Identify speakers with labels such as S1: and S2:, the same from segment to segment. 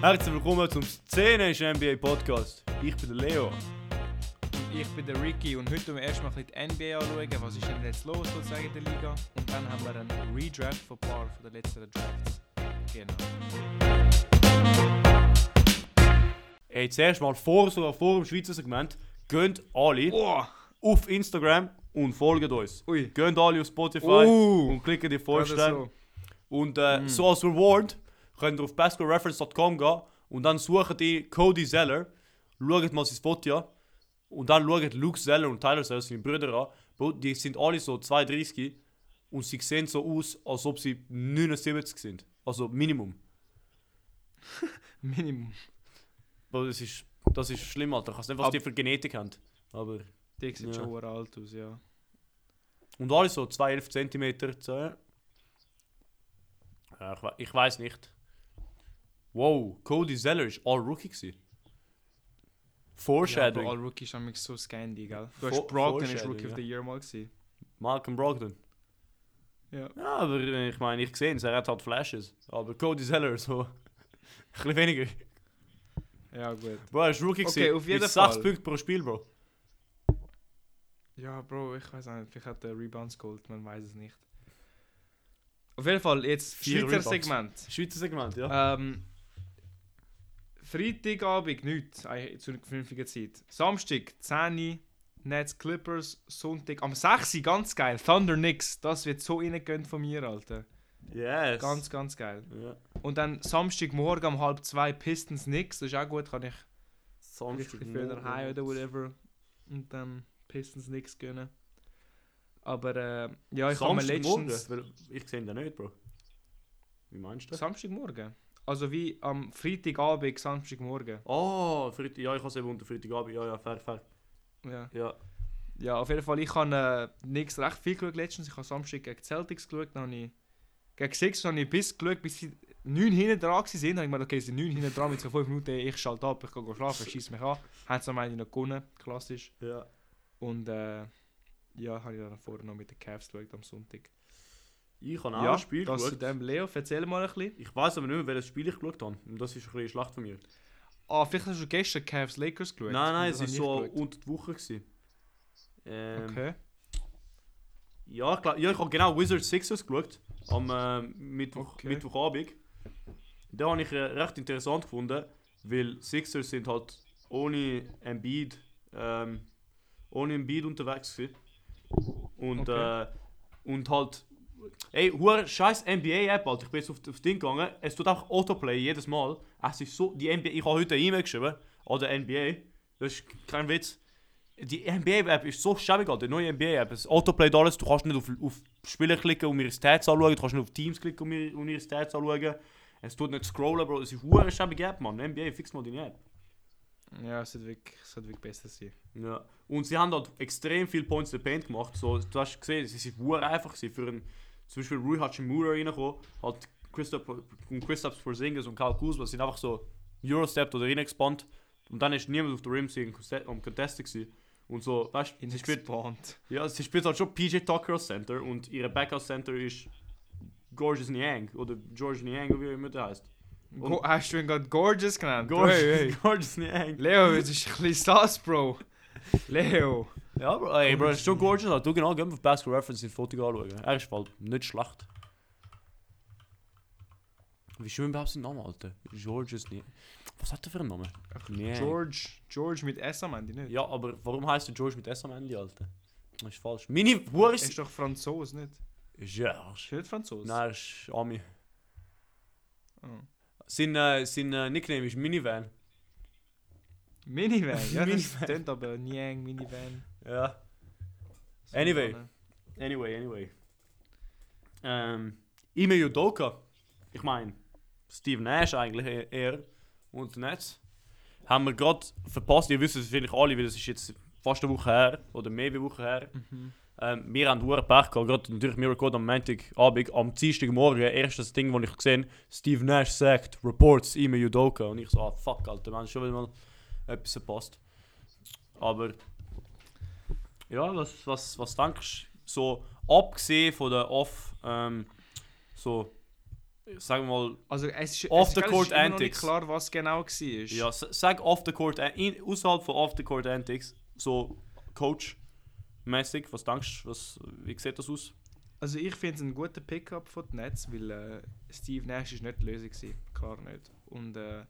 S1: Herzlich willkommen zum Szene NBA Podcast. Ich bin der Leo.
S2: Ich bin der Ricky und heute wollen wir erstmal ein bisschen die NBA anschauen, was ist denn jetzt los sozusagen in der Liga. Und dann haben wir einen Redraft von ein paar von den letzten Drafts. Genau.
S1: Hey, zuerst mal vor, sogar vor dem Schweizer Segment, geht alle
S2: Boah!
S1: auf Instagram und folgt uns.
S2: Ui.
S1: Geht alle auf Spotify
S2: Uh.
S1: und klickt die 5
S2: Gerade
S1: Sterne.
S2: so. Mhm.
S1: Und äh, so als Reward könnt ihr auf basketballreference.com gehen und dann sucht ihr Cody Zeller, schaut mal sein Foto an und dann schaut Luke Zeller und Tyler Zeller, seine Brüder an. Bro, die sind alle so 32 und sie sehen so aus, als ob sie 79 sind. Also Minimum.
S2: Minimum.
S1: Bro, das ist, das ist schlimm, Alter. Ich weiß nicht, was
S2: Ab-
S1: die für Genetik haben. Aber...
S2: Die sieht
S1: Ja.
S2: schon verdammt alt aus, ja.
S1: Und alle so 2,11 cm. So. Ja, ich, we- ich weiß nicht. Wow, Cody Zeller ist all Rookie gewesen.
S2: ja aber
S1: Foreshadowing.
S2: all Rookies sind nämlich so scandy, gell? Du hast
S1: Vor-
S2: Brogdon ist
S1: Foreshadowing,
S2: Rookie
S1: ja.
S2: of the Year mal gewesen.
S1: Malcolm Brogdon.
S2: Ja.
S1: Ja, aber äh, ich meine, ich sehe es, er hat halt Flashes. Aber Cody Zeller so. ein bisschen weniger.
S2: Ja, gut.
S1: Bro, er ist Rookie
S2: Okay,
S1: gewesen.
S2: auf jeden
S1: mit
S2: Fall.
S1: 6 Punkte pro Spiel, Bro.
S2: Ja, Bro, ich weiß auch nicht. Vielleicht hat der Rebounds geholt, man weiß es nicht. Auf jeden Fall, jetzt
S1: Vier
S2: Schweizer
S1: Rebounds.
S2: Segment.
S1: Schweizer Segment, ja.
S2: Ähm, Freitagabend, nichts, eigentlich zu einer vernünftigen Zeit. Samstag, 10 Uhr, Nets Clippers, Sonntag, am 6 Uhr, ganz geil, Thunder Nix, das wird so reingegönnt von mir, Alter.
S1: Yes.
S2: Ganz, ganz geil.
S1: Ja.
S2: Und dann Samstagmorgen um halb zwei Pistons Nix, das ist auch gut, kann ich
S1: Samstag. ne?
S2: richtig früher nach oder whatever. Und dann Pistons Nix gönnen. Aber äh, ja, ich habe mir
S1: Samstagmorgen?
S2: letztens...
S1: Weil Ich sehe ihn ja nicht, Bro. Wie meinst du?
S2: Samstagmorgen? Also wie am Freitagabend, Samstagmorgen.
S1: Oh, Freitag, ja, ich habe es eben unter Freitagabend. Ja, ja, fair, fair.
S2: Ja.
S1: Ja.
S2: Ja, auf jeden Fall, ich habe äh, nichts recht viel geschaut letztens. Ich habe Samstag gegen die Celtics geschaut, dann habe ich gegen Six dann habe ich bis geschaut, bis sie neun hinten dran waren. Dann habe ich mir okay, sie sind neun hinten dran mit so fünf Minuten, ich schalte ab, ich gehe schlafen, schieße mich an. Haben sie am Ende noch gewonnen, klassisch.
S1: ja.
S2: Und äh, ja, habe ich dann vorher noch mit den Cavs geschaut am Sonntag.
S1: Ich habe auch
S2: ja,
S1: ein Spiel
S2: das zu
S1: geschaut.
S2: dem. Leo, erzähl mal ein bisschen.
S1: Ich weiß aber nicht mehr, welches Spiel ich geschaut habe. Und das ist ein bisschen schlecht von mir.
S2: Ah, vielleicht hast du gestern Cavs Lakers geschaut.
S1: Nein, nein,
S2: Das
S1: es
S2: habe
S1: war so
S2: ich geschaut.
S1: unter der Woche. Gewesen. Ähm,
S2: Okay.
S1: Ja, ich, glaub, ja, ich habe genau Wizards Sixers geschaut. Am äh, Mittwoch,
S2: Okay.
S1: Mittwochabend. Den habe ich äh, recht interessant gefunden, weil Sixers sind halt ohne Embiid, ähm, ohne Embiid unterwegs gewesen. Und,
S2: Okay.
S1: äh, und halt. Ey, hure scheiß NBA-App, Alter. Ich bin jetzt auf, auf Ding gegangen. Es tut einfach Autoplay jedes Mal. Es ist so. Die NBA, ich habe heute eine E-Mail geschrieben an der NBA. Das ist kein Witz. Die NBA-App ist so schäbig, Alter. Die neue NBA-App. Es Autoplay alles. Du kannst nicht auf, auf Spieler klicken und ihre Stats anschauen. Du kannst nicht auf Teams klicken und ihre, und ihre Stats anschauen. Es tut nicht scrollen, Bro. Das ist hure schäbige App, Mann. NBA, fix mal deine App.
S2: Ja, es sollte wirklich, es sollte wirklich besser sein.
S1: Ja. Und sie haben dort extrem viele Points in the Paint gemacht. So, du hast gesehen, sie sind sehr einfach gewesen für einen, zum Beispiel Rui Hachimura reingekommen, hat Christoph und Christoph Porzingis und Karl Kuzma sind einfach so Eurostep oder reingespannt und dann ist niemand auf der Rim gewesen, am Conte- am Contest gewesen. Und so, weißt du, sie spielt,
S2: Inexpand.
S1: ja, sie spielt halt schon PJ Tucker als Center und ihre Backup Center ist Gorgeous Niang oder George Niang, wie er immer der heißt. Und-
S2: Go hast du ihn gerade gorgeous genannt?
S1: Gorgeous,
S2: Hey, hey.
S1: Gorgeous Niang.
S2: Leo, das ist ein bisschen sass, Bro. Leo.
S1: Ja, bro, ey, bro, das ist schon gorgeous. Alter. Du genau, gehen wir auf Basketball Reference in Foto anschauen. Er ist halt nicht schlecht. Wie schön überhaupt sein Name, Alter? Georges nie. Was hat er für einen Namen? Nee.
S2: George. George mit S am Ende, nicht?
S1: Ja, aber warum heißt er George mit S am Ende, Alter? Das ist falsch. Mini, wo
S2: Er
S1: ist.
S2: ist doch Franzose, nicht? Ist
S1: George.
S2: er nicht Franzose?
S1: Nein, er ist Ami.
S2: Oh.
S1: Sein, äh, sein äh, Nickname ist Minivan.
S2: Minivan. Ja, das
S1: Minivan.
S2: klingt aber Niang, Minivan.
S1: Ja.
S2: So
S1: Anyway.
S2: eine.
S1: Anyway, anyway. Ähm, Ime Udoka, ich meine, Steve Nash eigentlich e- eher und Netz, haben wir gerade verpasst. Ihr wisst es vielleicht alle, weil das ist jetzt fast eine Woche her oder mehr wie eine Woche her.
S2: Mhm.
S1: Ähm, wir haben hohen Pech gehabt, gerade natürlich mir Record am Montagabend, am Dienstagmorgen, erstes Ding, das ich gesehen Steve Nash sagt, reports Ime Udoka. Und ich so, ah, fuck, Alter, man, schon wieder mal etwas verpasst. Aber, ja, was, was, ehm, was denkst du? So, abgesehen von der Off, ähm, so, sagen wir mal,
S2: Also es ist,
S1: Off
S2: es ist,
S1: the
S2: gell,
S1: court
S2: es ist immer noch nicht
S1: antics.
S2: klar, was genau war.
S1: ja, s- sag off the court, an- in, außerhalb von off the court Antics, so Coach-mäßig, was denkst du, was, wie sieht das aus?
S2: Also ich finde es einen guten Pickup von den Nets, weil äh, Steve Nash ist nicht die Lösung gewesen. klar nicht. Und äh,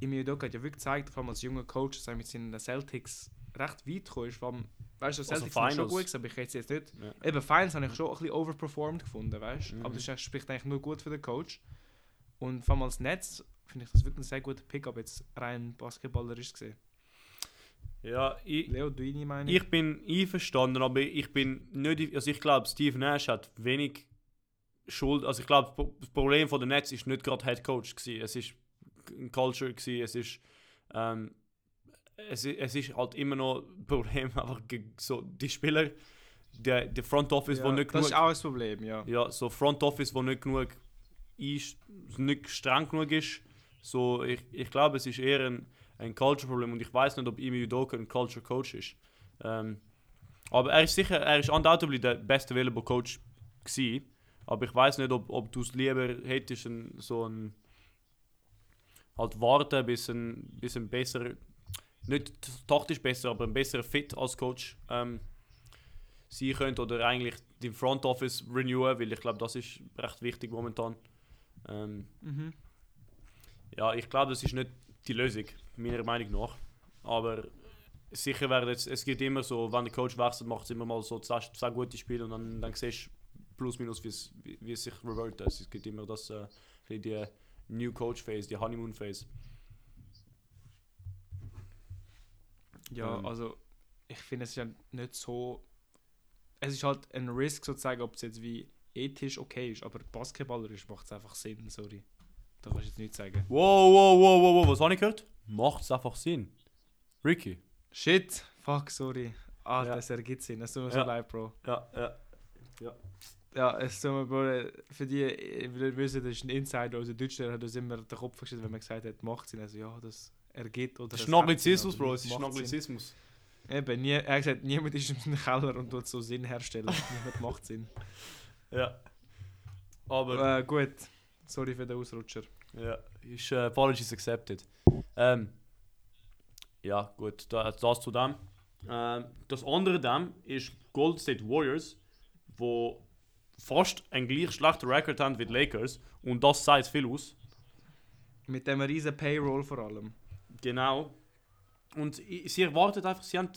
S2: Emilio Doka hat ja wirklich gezeigt, vor allem als junger Coach, dass er mit seinen Celtics recht weit gekommen ist. Vor allem, weißt du, die
S1: Also
S2: Celtics sind schon
S1: Finals.
S2: gut, gewesen, aber ich hätte es jetzt nicht...
S1: Ja.
S2: Eben, Finals habe ich schon ein bisschen overperformed gefunden, weißt du.
S1: Mhm.
S2: Aber das spricht eigentlich nur gut für den Coach. Und vor allem als Netz finde ich das wirklich ein sehr guter Pickup, jetzt rein basketballerisch gesehen.
S1: Ja, ich,
S2: Leo Duini meine ich.
S1: Ich bin einverstanden, aber ich bin nicht. Also ich glaube, Steve Nash hat wenig Schuld. Also ich glaube, das Problem von den Nets ist nicht gerade Head Coach gewesen. Es ist ein Culture gewesen. Es ist ähm, es, i- es ist halt immer noch ein Problem einfach ge- so die Spieler, der, der Front Office, wo
S2: Ja,
S1: nicht
S2: das
S1: genug
S2: ist auch ein Problem, ja.
S1: ja, so Front Office, wo nicht genug ist, nicht streng genug ist. So, ich, ich glaube, es ist eher ein, ein Culture-Problem und ich weiß nicht, ob Imi Udoka ein Culture-Coach ist. Ähm, aber er ist sicher, er ist undoubtedly der best available Coach gsi Aber ich weiß nicht, ob, ob du es lieber hättest, ein, so ein halt warten, bis ein, bis ein besser, nicht taktisch besser, aber ein besserer Fit als Coach ähm, sein könnte oder eigentlich den Front Office renewen, weil ich glaube, das ist recht wichtig momentan. Ähm,
S2: Mhm.
S1: ja, ich glaube, das ist nicht die Lösung, meiner Meinung nach. Aber sicher werden jetzt, es gibt immer so, wenn der Coach wechselt, macht es immer mal so zwei, zwei gute Spiele und dann, dann siehst du plus minus, wie's- wie wie es sich revertet. Es gibt immer das, äh, die New Coach Phase, die Honeymoon Phase.
S2: Ja,
S1: Ähm.
S2: also ich finde es ist ja nicht so. Es ist halt ein Risk sozusagen, ob es jetzt wie ethisch okay ist, aber basketballerisch macht es einfach Sinn, sorry. Da kannst du jetzt nichts sagen.
S1: Wow, wow, wow, wow, wow, was habe ich gehört? Macht's einfach Sinn. Ricky.
S2: Shit! Fuck, sorry. Ah,
S1: Ja.
S2: das ergibt Sinn. Es tut mir so
S1: Ja.
S2: leid, Bro.
S1: Ja, ja.
S2: Ja, es tut mir, Bro, für die, die nicht wissen, das ist ein Insider, also Deutscher hat uns immer den Kopf geschüttelt, wenn man gesagt hat, macht Sinn. Also ja, das ergibt oder
S1: Das ist
S2: es hat
S1: Schnoblizismus,
S2: Sinn, oder
S1: Bro, es ist
S2: macht Sinn.
S1: Schnoblizismus.
S2: Eben, nie, er hat gesagt, niemand ist im Keller und tut so Sinn herstellen. niemand macht Sinn.
S1: Ja. Aber.
S2: Äh, gut. Sorry für den Ausrutscher.
S1: Ja, ist, äh, apologies accepted. Ähm, ja, gut, da, das zu dem. Ähm, das andere dem ist Gold State Warriors, wo fast einen gleich schlechten Rekord haben wie die Lakers und das sagt viel aus.
S2: Mit dem riesen Payroll vor allem.
S1: Genau. Und i- sie erwartet einfach, sie haben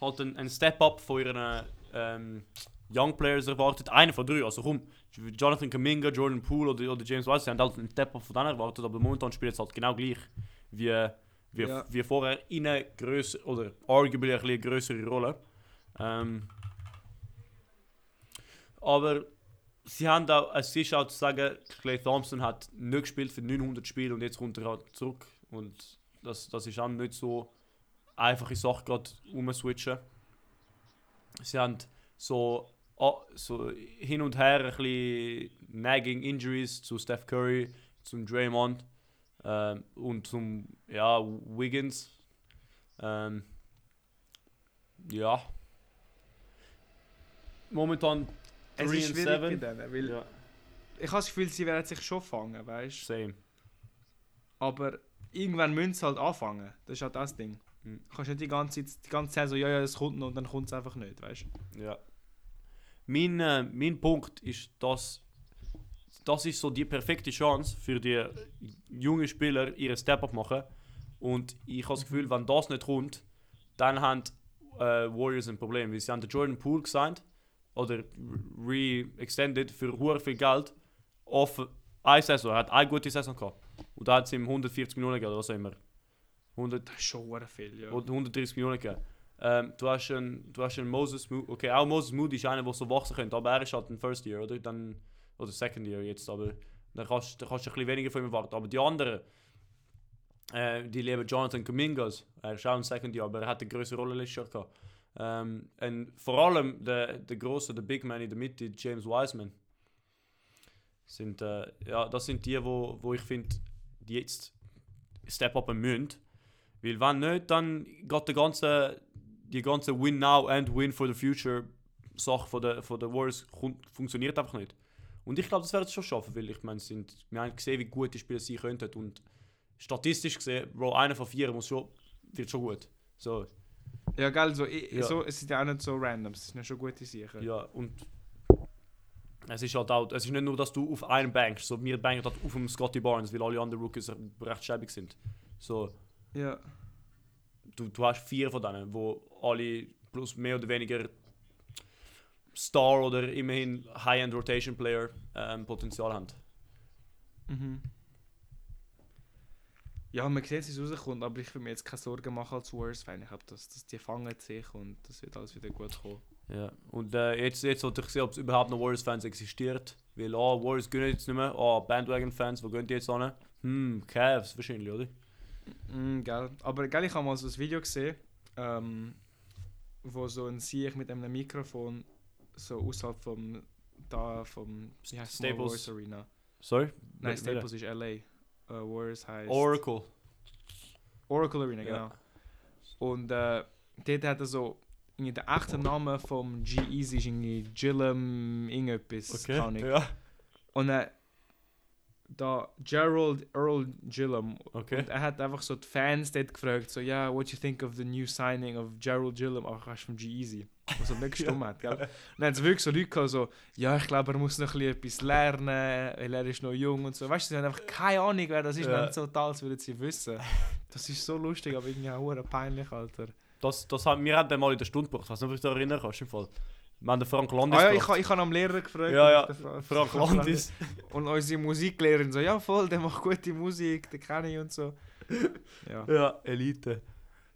S1: halt einen, einen Step-Up von ihren ähm, Young Players erwartet. Einer von drei, also rum. Jonathan Kaminga, Jordan Poole oder, oder James White, sie haben halt einen Step-Up von denen erwartet, aber momentan spielt es halt genau gleich wie, wie,
S2: Ja.
S1: wie vorher in eine größere oder arguably eine bisschen größere Rolle. Ähm, aber sie haben auch, es ist auch zu sagen, Clay Thompson hat nicht gespielt für 900 Spiele und jetzt kommt er halt zurück. Und das, das ist auch nicht so einfache Sache, gerade umswitchen. Sie haben so, ah, so hin und her ein bisschen nagging Injuries zu Steph Curry, zum Draymond ähm, und zum ja, Wiggins. Ähm, ja. Momentan 3 and
S2: Es ist schwierig bei
S1: 7.
S2: denen, weil ich habe das Gefühl, sie werden sich schon fangen, weißt du?
S1: Same.
S2: Aber irgendwann müssen sie halt anfangen. Das ist halt das Ding.
S1: Mhm.
S2: Du kannst nicht die ganze Zeit, die ganze Zeit so, ja, ja, es kommt noch und dann kommt es einfach nicht, weißt du?
S1: Ja. Mein, äh, mein Punkt ist, dass das ist so die perfekte Chance für die jungen Spieler, ihre Step-Up machen. Und ich habe das Gefühl, wenn das nicht kommt, dann haben äh, Warriors ein Problem. Weil sie haben den Jordan Poole gesigned oder re-extended für hure viel Geld auf eine Saison. Er hat eine gute Saison gehabt. Und da hat sie ihm 140 Millionen gegeben oder was auch immer. 100,
S2: Das ist schon hure viel, ja.
S1: und 130 Millionen gegeben. Ähm, du, hast einen, du hast einen Moses Moody. Okay, auch Moses Moody ist einer, der so wachsen könnte, aber er ist halt ein First Year, oder? Dann, oder Second Year jetzt, aber dann kannst, dann kannst du ein bisschen weniger von ihm erwarten. Aber die anderen, äh, die leben Jonathan Kumingas, er ist auch ein Second Year, aber er hat eine größere Rolle letztes Jahr gehabt. Ähm, und vor allem der, der große, der Big Man in der Mitte, James Wiseman. Sind, äh, ja, das sind die, wo, wo ich finde, die jetzt Step up müssen. Weil wenn nicht, dann geht die ganze, die ganze Win Now and Win for the Future Sache von der, von der Warriors kommt- funktioniert einfach nicht. Und ich glaube, das werden sie schon schaffen, weil ich meine, sie sind- wir haben gesehen, wie gut die Spieler sein könnten. Und statistisch gesehen, Bro, einer von vier muss schon, wird schon gut. So,
S2: Ja, gell, so, ich,
S1: Ja.
S2: so, es sind ja auch nicht so random, es sind ja schon gute Sachen.
S1: ja, und es ist halt auch, es ist nicht nur, dass du auf einen bankst, so wir banken halt auf dem Scotty Barnes, weil alle anderen Rookies recht schäbig sind. So,
S2: Ja.
S1: du, du hast vier von denen, wo alle plus mehr oder weniger Star oder immerhin High-End Rotation Player ähm, Potenzial haben.
S2: Mhm. Ja, man sieht, wie es rauskommt, aber ich will mir jetzt keine Sorgen machen als Warriors-Fan. Ich glaube, dass, dass die fangen sich und das wird alles wieder gut kommen.
S1: Ja. Und äh, jetzt, jetzt sollte ich sehen, ob es überhaupt noch Warriors-Fans existiert. Weil, ah, Warriors gönnen jetzt nicht mehr. Ah, Bandwagon-Fans, wo gehen die jetzt hin? Hm, Cavs wahrscheinlich, oder?
S2: Mm, gell. Aber gell, ich habe mal so ein Video gesehen, ähm, wo so ein Sieg mit einem Mikrofon so außerhalb vom, da, vom wie heisst mal,
S1: Staples.
S2: Warriors Arena.
S1: Sorry?
S2: Nein,
S1: Wel- welcher?
S2: Staples ist LA. Äh, Warriors heißt
S1: Oracle.
S2: Oracle Arena,
S1: Ja.
S2: genau. Und äh, dort hat er so irgendwie der echte Name vom G-Eazy ist irgendwie Gillum irgendetwas.
S1: Okay.
S2: keine Ahnung.
S1: Ja.
S2: Und äh, da Gerald Earl Gillum
S1: Okay.
S2: Und er hat einfach so die Fans dort gefragt, so, ja, what you think of the new signing of Gerald Gillum, aber weißt vom G-Eazy, was er nicht gestimmt hat, gell? Und dann hat es wirklich so Leute gehabt, so, ja, ich glaube, er muss noch ein bisschen etwas lernen, weil er ist noch jung und so. Weißt du, sie haben einfach keine Ahnung, wer das ist,
S1: Ja.
S2: ja. nicht so total, als würden sie wissen. Das ist so lustig, aber irgendwie auch verdammt peinlich, Alter.
S1: Das, das haben, wir haben den mal in der Stunde gebracht. Weißt du, ob ich dich daran erinnern kannst? Im Fall. Wir haben den Frank Landis
S2: Ah ja, ich,
S1: gebracht.
S2: ha- ich habe am Lehrer gefragt.
S1: Ja,
S2: und
S1: ja,
S2: der Fra-
S1: Frank Landis.
S2: Und unsere Musiklehrerin so, ja voll, der macht gute Musik, den kenne ich und so. Ja.
S1: Ja, Elite.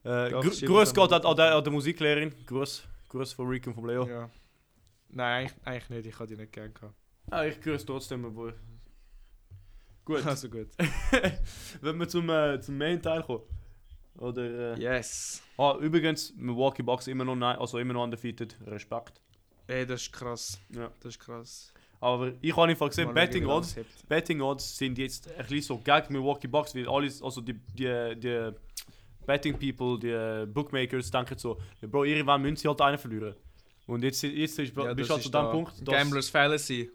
S1: Äh,
S2: Doch,
S1: Gru-
S2: stimmt,
S1: Gruß
S2: das haben
S1: geht
S2: wir
S1: an, an, der, an der Musiklehrerin. Gruß. Gruß von Rick und von Leo.
S2: ja. Nein, eigentlich, eigentlich nicht, ich habe die nicht gern gehabt.
S1: Ah, ich grüße trotzdem, obwohl. Gut.
S2: Also gut.
S1: Wenn wir zum, äh, zum Main-Teil kommen. Oder. Äh,
S2: Yes.
S1: Ah, übrigens, Milwaukee Bucks immer noch, nein, also immer noch undefeated. Respekt.
S2: Ey, das ist krass.
S1: Ja.
S2: Das ist krass.
S1: Aber ich habe einfach gesehen,
S2: Mal
S1: Betting
S2: schauen, wie
S1: Odds,
S2: das hebt.
S1: Betting Odds sind jetzt ein bisschen so gegen Milwaukee Bucks, weil alles, also die, die, die Betting People, die Bookmakers denken so, ja, Bro, irgendwann müssen sie halt einen verlieren. Und jetzt, jetzt ist,
S2: Ja,
S1: bist
S2: das
S1: du halt
S2: ist
S1: zu dem
S2: da.
S1: Punkt, dass.
S2: Gambler's Fallacy.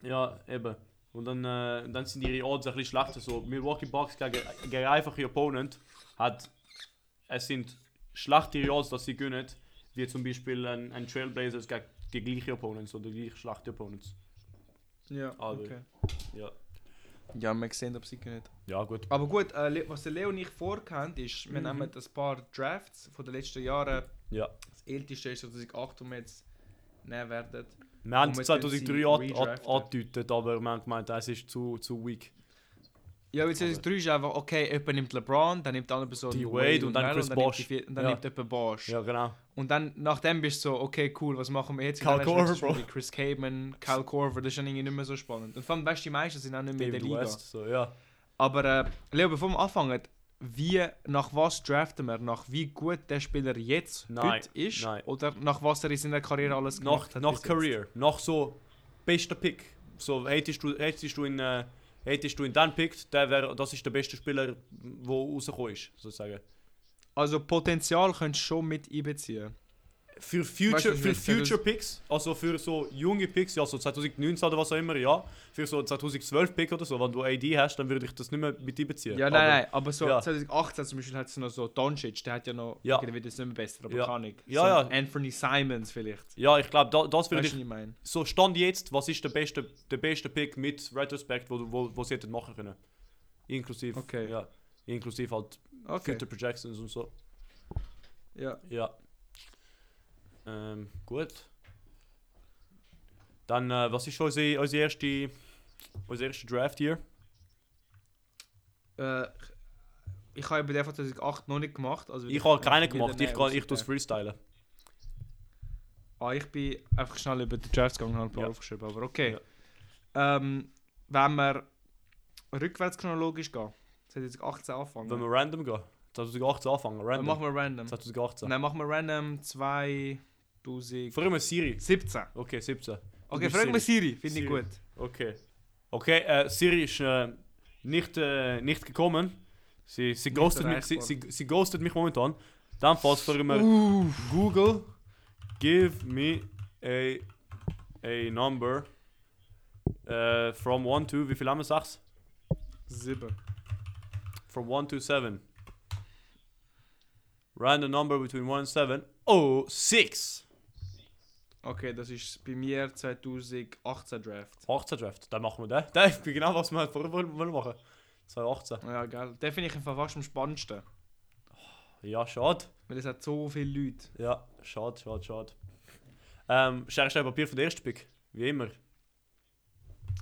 S1: Ja, eben. Und dann, äh, dann sind ihre Odds ein bisschen schlechter. So, Milwaukee Bucks gegen, gegen einfache Opponent hat. Es sind schlechtere Odds, dass sie gewinnen, wie zum Beispiel ein, ein Trailblazers gegen die gleichen Opponents oder die gleichen schlechten Opponents.
S2: Ja,
S1: Also,
S2: okay.
S1: Ah, dus- ja.
S2: Ja, wir sehen, ob sie nicht.
S1: Ja, gut.
S2: Aber gut, äh, Le- was der Leo und ich vorkennt, ist, wir
S1: Mhm.
S2: nehmen ein paar Drafts von den letzten Jahren.
S1: Ja.
S2: Das älteste ist 2008, und wir jetzt nehmen werden.
S1: Wir haben
S2: Und wir
S1: 2003
S2: können sie
S1: an- an-
S2: redraften.
S1: angedeutet, aber wir haben gemeint, es ist zu, zu weak.
S2: Ja, weil 2003 ist einfach, okay, jemand nimmt LeBron, dann nimmt die andere Person
S1: Die Wade und dann
S2: Melo,
S1: Chris
S2: nimmt die
S1: Bosh.
S2: vier- Und dann
S1: Ja.
S2: nimmt jemand Bosch.
S1: Ja, genau.
S2: Und dann, nachdem bist du so, okay, cool, was machen wir jetzt? Und
S1: Kyle
S2: dann hast du
S1: Korver,
S2: letztes
S1: Bro.
S2: Spiel Chris Kamen, Kyle Korver, das ist dann irgendwie nicht mehr so spannend. Und vor allem, weißt du, die meisten sind auch nicht mehr in der
S1: David
S2: Liga.
S1: West, so, ja.
S2: Aber, äh, Leo, bevor wir anfangen, wie, nach was draften wir? Nach wie gut der Spieler jetzt
S1: Nein,
S2: heute ist?
S1: nein.
S2: Oder nach was er in seiner Karriere alles
S1: Nach,
S2: gemacht hat?
S1: nach
S2: bis jetzt?
S1: Career, nach so bester Pick. So, hättest du, hättest du in, äh, hättest du in den pickt, der wär, das ist der beste Spieler, der rausgekommen ist, sozusagen.
S2: Also, Potenzial könntest du schon mit einbeziehen.
S1: Für
S2: Weißt du,
S1: Future,
S2: was
S1: für
S2: ich meine?
S1: Future Picks, also für so junge Picks, ja, so 2019 oder was auch immer, ja. Für so 2012 Pick oder so, wenn du AD hast, dann würde ich das nicht mehr mit einbeziehen.
S2: Ja, nein,
S1: Aber-
S2: nein, aber so
S1: ja.
S2: 2018 zum Beispiel hat es noch so Doncic, der hat ja noch,
S1: Ja.
S2: der wird jetzt nicht mehr besser, aber
S1: Ja.
S2: kann ich.
S1: Ja,
S2: so
S1: ja.
S2: ein Anthony Simons vielleicht.
S1: Ja, ich glaube, da, das
S2: Weißt du,
S1: würde
S2: was
S1: ich.
S2: ich meine?
S1: So, Stand jetzt, was ist der beste, der beste Pick mit Retrospect, wo, du- wo, wo sie hätten machen können? Inklusive,
S2: Okay.
S1: ja, inklusive halt
S2: Okay.
S1: Future Projections und so.
S2: Ja.
S1: Ja. Ähm, gut. Dann, äh, was ist unsere, unsere erste, unsere erste Draft hier?
S2: Äh, ich habe bei der von 2008 noch nicht gemacht. Also
S1: Ich habe keine
S2: einfach wieder
S1: gemacht, ich,
S2: nehmen
S1: kann,
S2: aus
S1: ich tue es
S2: der-
S1: freestylen.
S2: Ah, ich bin einfach schnell über die Drafts gegangen und habe ein paar
S1: Ja.
S2: aufgeschrieben, aber okay. Ähm, wenn wir rückwärts chronologisch gehen, 2018 anfangen,
S1: Wenn wir random gehen. 2018 anfangen,
S2: dann machen
S1: random.
S2: wir random.
S1: 2018.
S2: Nein, machen wir random 2017.
S1: Vor allem Siri. Okay, 17.
S2: Okay,
S1: bist
S2: frag mal Siri, finde
S1: Siri.
S2: ich gut.
S1: Okay. Okay, äh, Siri ist äh, nicht, äh, nicht gekommen. Sie, sie, ghostet mich, sie, sie, sie ghostet mich momentan. Dann falls für immer Google, give me a, a number Äh, from 1 to, wie viel haben wir? 6?
S2: Sieben.
S1: From 1 to 7. Random number between 1 and 7. Oh, 6!
S2: Okay, das ist bei mir 2018 Draft.
S1: 18 Draft, dann machen wir den. Der ist genau, was wir vorher wollen wollen machen. 2018.
S2: Ja, gell. Den finde ich im Fall fast am spannendsten.
S1: Ja, schade.
S2: Weil es hat so viele Leute.
S1: Ja, schade, schade, schade. Ähm, Schere, Stein, Papier von der ersten Pick. Wie immer.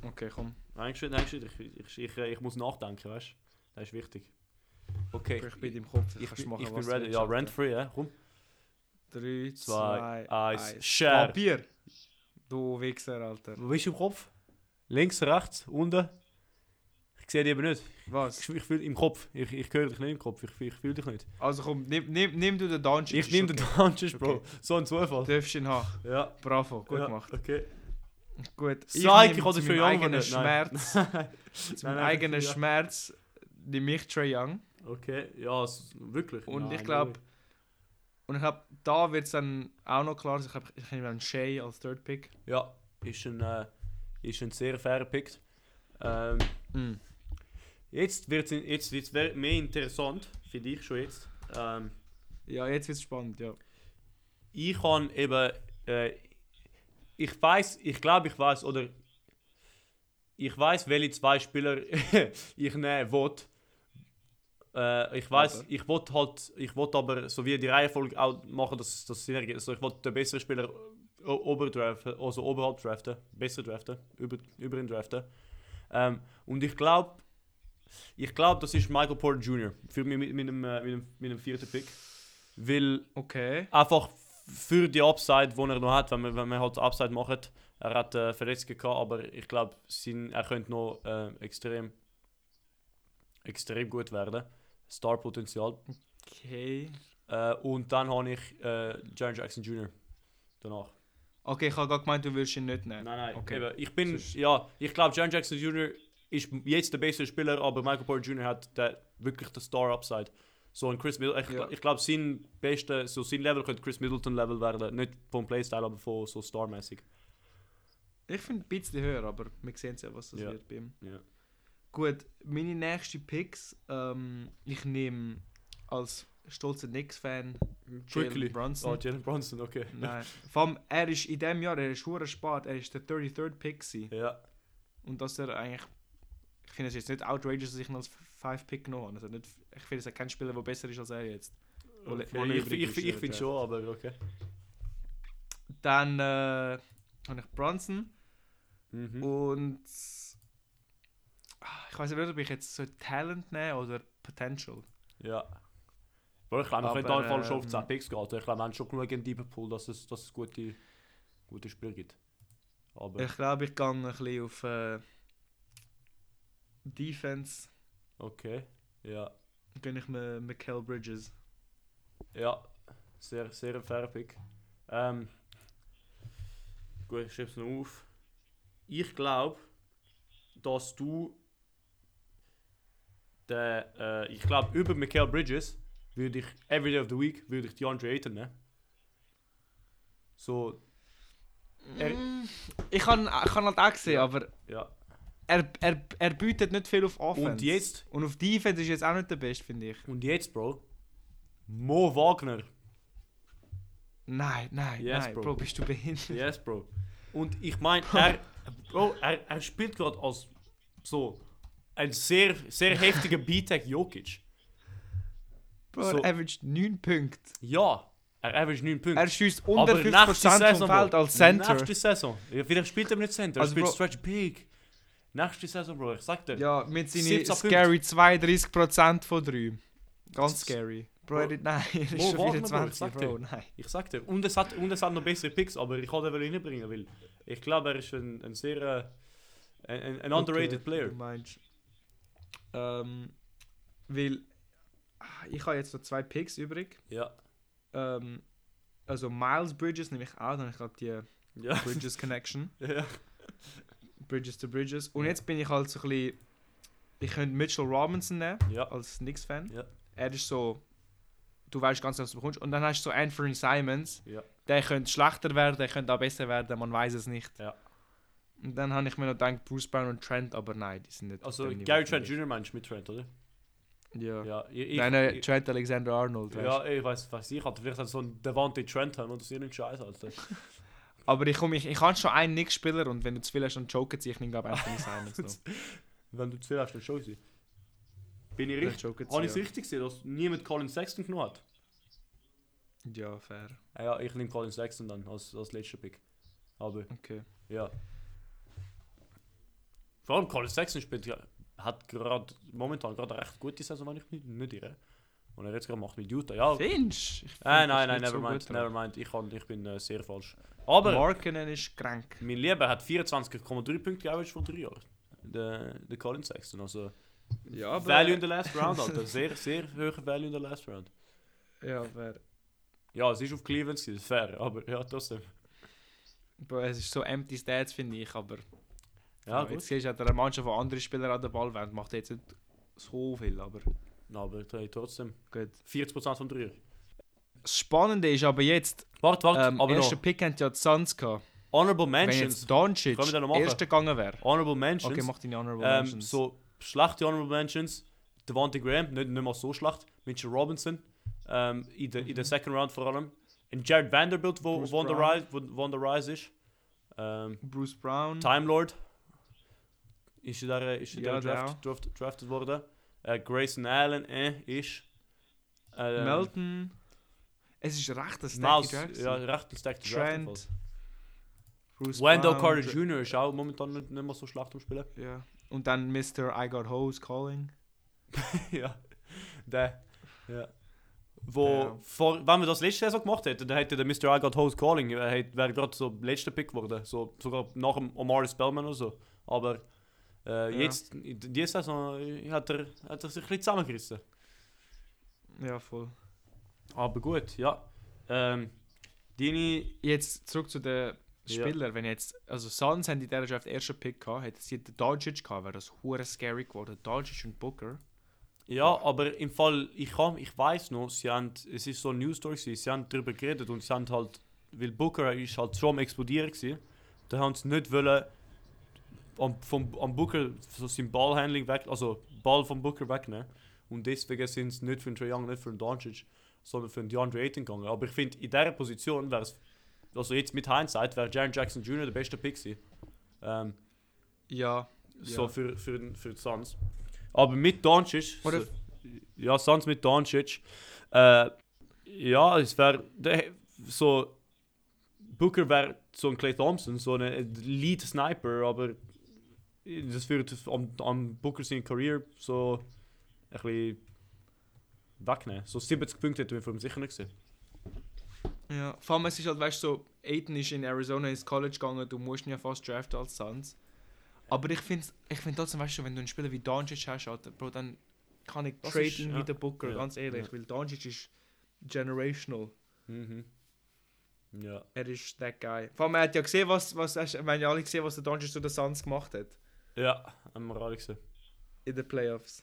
S2: Okay, komm.
S1: Nein, schön, nein, schön. Ich, ich, ich, äh, ich muss nachdenken, weißt du? Das ist wichtig. Okay.
S2: Ich bin im Kopf.
S1: Ich,
S2: kannst
S1: bin-
S2: machen,
S1: ich bin
S2: was du
S1: ready.
S2: willst,
S1: Ja,
S2: Alter.
S1: rent-free, ja. Komm.
S2: 3,
S1: Zwei,
S2: 2,
S1: eins.
S2: 1.
S1: Share.
S2: Papier! Du Wichser, Alter.
S1: Wo bist du im Kopf? Links, rechts, unten? Ich sehe dich eben nicht.
S2: Was?
S1: Ich, ich fühle im Kopf. Ich, ich höre dich nicht im Kopf. Ich, ich fühle dich nicht.
S2: Also komm, nimm, nimm, nimm du den Dungeon.
S1: Ich nehme den Dungeons, Bro.
S2: Okay.
S1: So ein Zufall.
S2: Du darfst ihn haben.
S1: Ja.
S2: Bravo, gut
S1: ja,
S2: gemacht.
S1: Okay.
S2: Gut.
S1: Sag,
S2: nehm
S1: ich hatte
S2: zu
S1: Trae
S2: meinem
S1: Young
S2: eigenen
S1: gewonnen. Nein.
S2: Schmerz. zu
S1: Nein,
S2: meinem
S1: nein,
S2: eigenen
S1: ja.
S2: Schmerz nehme ich Trey Young.
S1: Okay. Ja, es- wirklich.
S2: Und
S1: Nein,
S2: ich glaube, und ich glaube, da wird es dann auch noch klar. sein. Ich glaube, ich nehme dann Shay als Third Pick.
S1: Ja, ist ein, äh, ist ein sehr fairer Pick. Ähm, jetzt wird es jetzt, jetzt wär- mehr interessant, für dich schon jetzt. Ähm,
S2: Ja, jetzt wird es spannend, ja.
S1: ich kann eben. Äh, ich weiß, ich glaube, ich weiß, oder. Ich weiß, welche zwei Spieler ich nehmen will. Äh, ich weiß,
S2: Aber?
S1: ich will halt, ich will aber so wie die Reihenfolge auch machen, dass das Sinn ergibt. Also ich will den besseren Spieler o- oberdraften, also oberhalb draften, besser draften, über, über ihn draften. Ähm, und ich glaube, ich glaube, das ist Michael Porter Jr. für mich mit, mit, dem, äh, mit, dem, mit dem vierten Pick. Weil
S2: Okay.
S1: einfach für die Upside, die er noch hat, wenn man, wenn man halt Upside macht. Er hat äh, Verletzungen gehabt, aber ich glaube, er könnte noch äh, extrem, extrem gut werden. Star-Potenzial.
S2: Okay.
S1: Äh, und dann habe ich äh, Jaron Jackson Jr. danach.
S2: Okay, ich habe gerade gemeint, du würdest ihn nicht nehmen.
S1: Nein, nein,
S2: Okay.
S1: eben, ich bin,
S2: Sonst-
S1: ja, ich glaube, Jaron Jackson Jr. ist jetzt der beste Spieler, aber Michael Porter Jr. hat den, wirklich den Star-Upside. So ein Chris Middleton, ich,
S2: Ja.
S1: ich glaube, sein beste, so sein Level könnte Chris Middleton-Level werden. Nicht vom Playstyle, aber von so Star-mäßig.
S2: Ich finde ein bisschen höher, aber wir sehen ja, was das
S1: Ja.
S2: wird bei ihm.
S1: Ja.
S2: Gut, meine nächsten Picks. Ähm, ich nehme als stolzer Knicks-Fan
S1: Quickly.
S2: Jalen Brunson.
S1: Oh, Jalen Brunson, okay.
S2: Nein. Vor allem, er ist in diesem Jahr, er ist hure spät, er ist der 33rd Pick gewesen.
S1: Ja,
S2: Und dass er eigentlich, ich finde es jetzt nicht outrageous, dass ich ihn als 5 Pick genommen habe. Also nicht, ich finde, es hat keinen Spieler, der besser ist als er jetzt. Wo-
S1: okay.
S2: wo
S1: ich,
S2: übrig
S1: ich,
S2: ist,
S1: ich,
S2: äh,
S1: finde
S2: Draft.
S1: schon, aber okay.
S2: Dann äh, habe ich Brunson
S1: Mhm.
S2: und Ah, ich weiß nicht, ob ich jetzt so Talent nehme oder Potential.
S1: Ja. Aber ich glaube, wir können
S2: Aber,
S1: da ähm, schon auf
S2: ähm,
S1: 10 Picks gehen. Also Ich glaube, wir haben schon genug einen Deeper Pool, dass es, dass es gute, gute Spieler gibt. Aber,
S2: Ich glaube, ich gehe ein bisschen auf äh, Defense.
S1: okay. Ja.
S2: Gönne ich mir Mikael Bridges.
S1: Ja, sehr, sehr ein fairer Pick. Ähm, gut, ich schreibe es noch auf. Ich glaube, dass du den, äh, ich glaube, über Michael Bridges würde ich every day of the week würde ich DeAndre Ayton nehmen. So, Er-
S2: Mm, Ich habe ich hab halt auch gesehen, aber
S1: ja.
S2: er, er, er bietet nicht viel auf Offense.
S1: Und jetzt,
S2: Und auf Defense ist jetzt auch nicht der Beste, finde ich.
S1: und jetzt, Bro. Mo Wagner.
S2: Nein, nein,
S1: Yes,
S2: nein,
S1: Bro.
S2: Bro. bist du behindert?
S1: Yes, Bro. Und ich meine, er, Bro, er, er spielt gerade als so ein sehr, sehr heftiger B-Tech Jokic.
S2: Bro,
S1: So.
S2: er averaged 9 Punkte.
S1: Ja, er average 9 Punkte.
S2: Er schießt unter
S1: nächste
S2: 50% vom
S1: Bro,
S2: Feld als Center.
S1: Nächste Saison. Ja, vielleicht spielt er nicht Center,
S2: Also,
S1: er spielt
S2: Bro-
S1: Stretch Big. Nächste Saison, Bro, ich sag dir.
S2: Ja, mit seinen
S1: 17
S2: scary 32% von 3. Ganz scary. Bro, er
S1: Bro,
S2: hat- nein, er ist
S1: Mo
S2: schon
S1: Wagner, Bro, ich
S2: 24,
S1: sag
S2: Bro,
S1: dir.
S2: nein.
S1: Ich sag dir. Und es, hat, und es hat noch bessere Picks, aber ich wollte ihn reinbringen, weil ich glaube, er ist ein, ein sehr... äh, ein, ein, ein underrated
S2: Okay,
S1: Player.
S2: Du meinst. Ähm, weil ah, ich habe jetzt noch zwei Picks übrig.
S1: Ja.
S2: Ähm, also Miles Bridges nehme ich auch, dann habe ich gerade die
S1: Ja.
S2: Bridges Connection.
S1: ja.
S2: Bridges to Bridges. Und jetzt bin ich halt so ein bisschen. Ich könnte Mitchell Robinson nehmen
S1: Ja.
S2: als Knicks-Fan.
S1: Ja.
S2: Er ist so. Du weißt ganz genau, was du bekommst. Und dann hast du so Anthony Simons.
S1: Ja.
S2: Der könnte schlechter werden, der könnte auch besser werden, man weiß es nicht.
S1: Ja.
S2: Und dann habe ich mir noch gedacht, Bruce Brown und Trent, aber nein, die sind nicht. auf
S1: Also
S2: dem Niveau,
S1: Gary Trent
S2: finde
S1: Jr. meinst du mit Trent, oder?
S2: ich. Ja.
S1: Ja, ich, ich,
S2: nein, nein,
S1: ich,
S2: Trent Alexander Arnold. weißt
S1: ja, ich weiß, weiß ich, hatte vielleicht so einen Devante Trent haben und das ist irgendein Scheiß, Alter.
S2: du. Aber ich, komm, ich, ich habe schon einen Nix-Spieler und wenn du zu viel hast, dann joken sie. Ich nehme, glaube ich, Anthony Simons noch.
S1: Wenn du zu viel hast, dann schon sie. Bin ich
S2: Dann
S1: richtig?
S2: joken
S1: Habe ich es
S2: sie,
S1: richtig gesehen, dass niemand Colin Sexton genommen hat?
S2: ja. ja, fair.
S1: Ah Ja, ich nehme Colin Sexton dann als, als letzter Pick. Aber
S2: Okay.
S1: ja. Vor allem Colin Sexton spielt, ja- hat gerade momentan gerade eine recht gute Saison, wenn ich mich nicht irre. Und er jetzt gerade macht mit Utah. Ja,
S2: Finch? Ich find,
S1: Oh. Äh,
S2: das ist
S1: nein, nein,
S2: nicht so
S1: never mind,
S2: gut,
S1: never mind. Ich, kann, ich bin äh, sehr falsch. Aber
S2: Markenen ist krank.
S1: mein Lieber hat 24,3 Punkte gehabt vor drei Jahren. Der, der Colin Sexton. Also,
S2: Ja, aber.
S1: Value in the last round, Alter. Sehr, sehr hohe Value in the last round.
S2: ja, fair.
S1: Ja, es ist auf Cleveland, gewesen, fair, aber ja, trotzdem.
S2: Bro, es ist so empty Stats, finde ich, aber.
S1: Ja,
S2: Ja, jetzt
S1: gut.
S2: siehst du, hat er eine Mannschaft, die andere Spieler an den Ball wollen. Macht jetzt nicht so viel, aber
S1: Na, aber hey, trotzdem.
S2: gut.
S1: 40% von drei.
S2: Das Spannende ist aber jetzt,
S1: Warte, warte,
S2: ähm,
S1: aber
S2: erster
S1: noch.
S2: Pick haben ja die Suns gehabt.
S1: Honorable
S2: Wenn jetzt
S1: Mentions.
S2: Doncic
S1: Können wir den noch machen?
S2: erster gegangen wäre.
S1: Honorable Mentions.
S2: Okay, mach deine Honorable
S1: ähm,
S2: Mentions.
S1: so schlechte Honorable Mentions. Devante Graham, nicht, nicht mal so schlecht. Mitchell Robinson, ähm, in, der, in der Second Round vor allem. Und Jared Vanderbilt, wo,
S2: Mhm. Bruce
S1: wo, on, the
S2: Brown.
S1: rise, wo, wo on the rise ist. Ähm,
S2: Bruce Brown.
S1: Time Lord ist er da, ist er
S2: Ja,
S1: da
S2: der
S1: draft,
S2: auch.
S1: draft, drafted worden. Äh, Grayson Allen, äh, ist. Ähm,
S2: Melton. Es ist recht, das
S1: Miles,
S2: Jackson.
S1: ja, recht ein Stack
S2: Trent. Bruce
S1: Wendell Carter
S2: Brown,
S1: Jr. ist auch momentan nicht, nicht mehr so schlecht am Spielen.
S2: Ja. Und dann Mr. I Got Hose Calling.
S1: ja, der. Ja. Wo,
S2: Ja.
S1: Vor, wenn wir das letzte Saison gemacht hätten, dann hätte der Mr. I Got Host Calling, äh, hätte- wäre gerade so letzter Pick geworden. So, sogar nach dem Omar Spellman oder so. Aber äh,
S2: Ja.
S1: jetzt, in dieser Saison, äh, hat er, hat er sich ein bisschen zusammengerissen.
S2: Ja, voll.
S1: Aber gut, ja. Ähm, deine.
S2: Jetzt zurück zu den
S1: Ja.
S2: Spielern. Wenn jetzt, also Suns haben in dieser Draft ersten Pick gehabt, hätten sie den Doncic gehabt, wäre das hure scary geworden. Doncic und Booker.
S1: Ja, aber im Fall, ich, kann, ich weiß noch, sie haben, es ist so eine News Story, gewesen, sie haben darüber geredet und sie haben halt, weil Booker ist halt schon am explodieren gewesen, da haben sie nicht wollen, am, vom, am Booker so sein Ballhandling weg, also Ball vom Booker wegnehmen. Und deswegen sind sie nicht für den Trae Young, nicht für den Doncic, sondern für den DeAndre Ayton gegangen. Aber ich finde, in dieser Position wäre es, also jetzt mit Hindsight, wäre Jaren Jackson Jr. der beste Pick gewesen. Ähm,
S2: Ja.
S1: So
S2: Ja.
S1: für, für, den- für die Suns. Aber mit Doncic.
S2: Oder-
S1: So, ja, Suns mit Doncic. Äh, ja, es wäre so. Booker wäre so ein Clay Thompson, so ein Lead Sniper, aber das würde am, am Booker seine Career so ein bisschen wegnehmen. So 70 Punkte hätten wir von ihm sicher nicht gesehen.
S2: ja. Vor allem, es ist halt, weißt du, so, Aiden ist in Arizona ins College gegangen, du musst ihn ja fast draften als Suns. Aber ich finde ich find trotzdem, weißt du, wenn du einen Spieler wie Doncic hast, Alter, Bro, dann kann ich
S1: Das
S2: traden
S1: ist- ja.
S2: wie der Booker,
S1: Ja.
S2: ganz ehrlich,
S1: Ja.
S2: weil Doncic ist generational.
S1: Mhm. Ja.
S2: Er ist that guy. Vor allem, man hat ja gesehen, was, was, wir haben ja alle gesehen, was der Doncic zu den Suns gemacht hat.
S1: Ja, haben wir alle gesehen.
S2: in den Playoffs.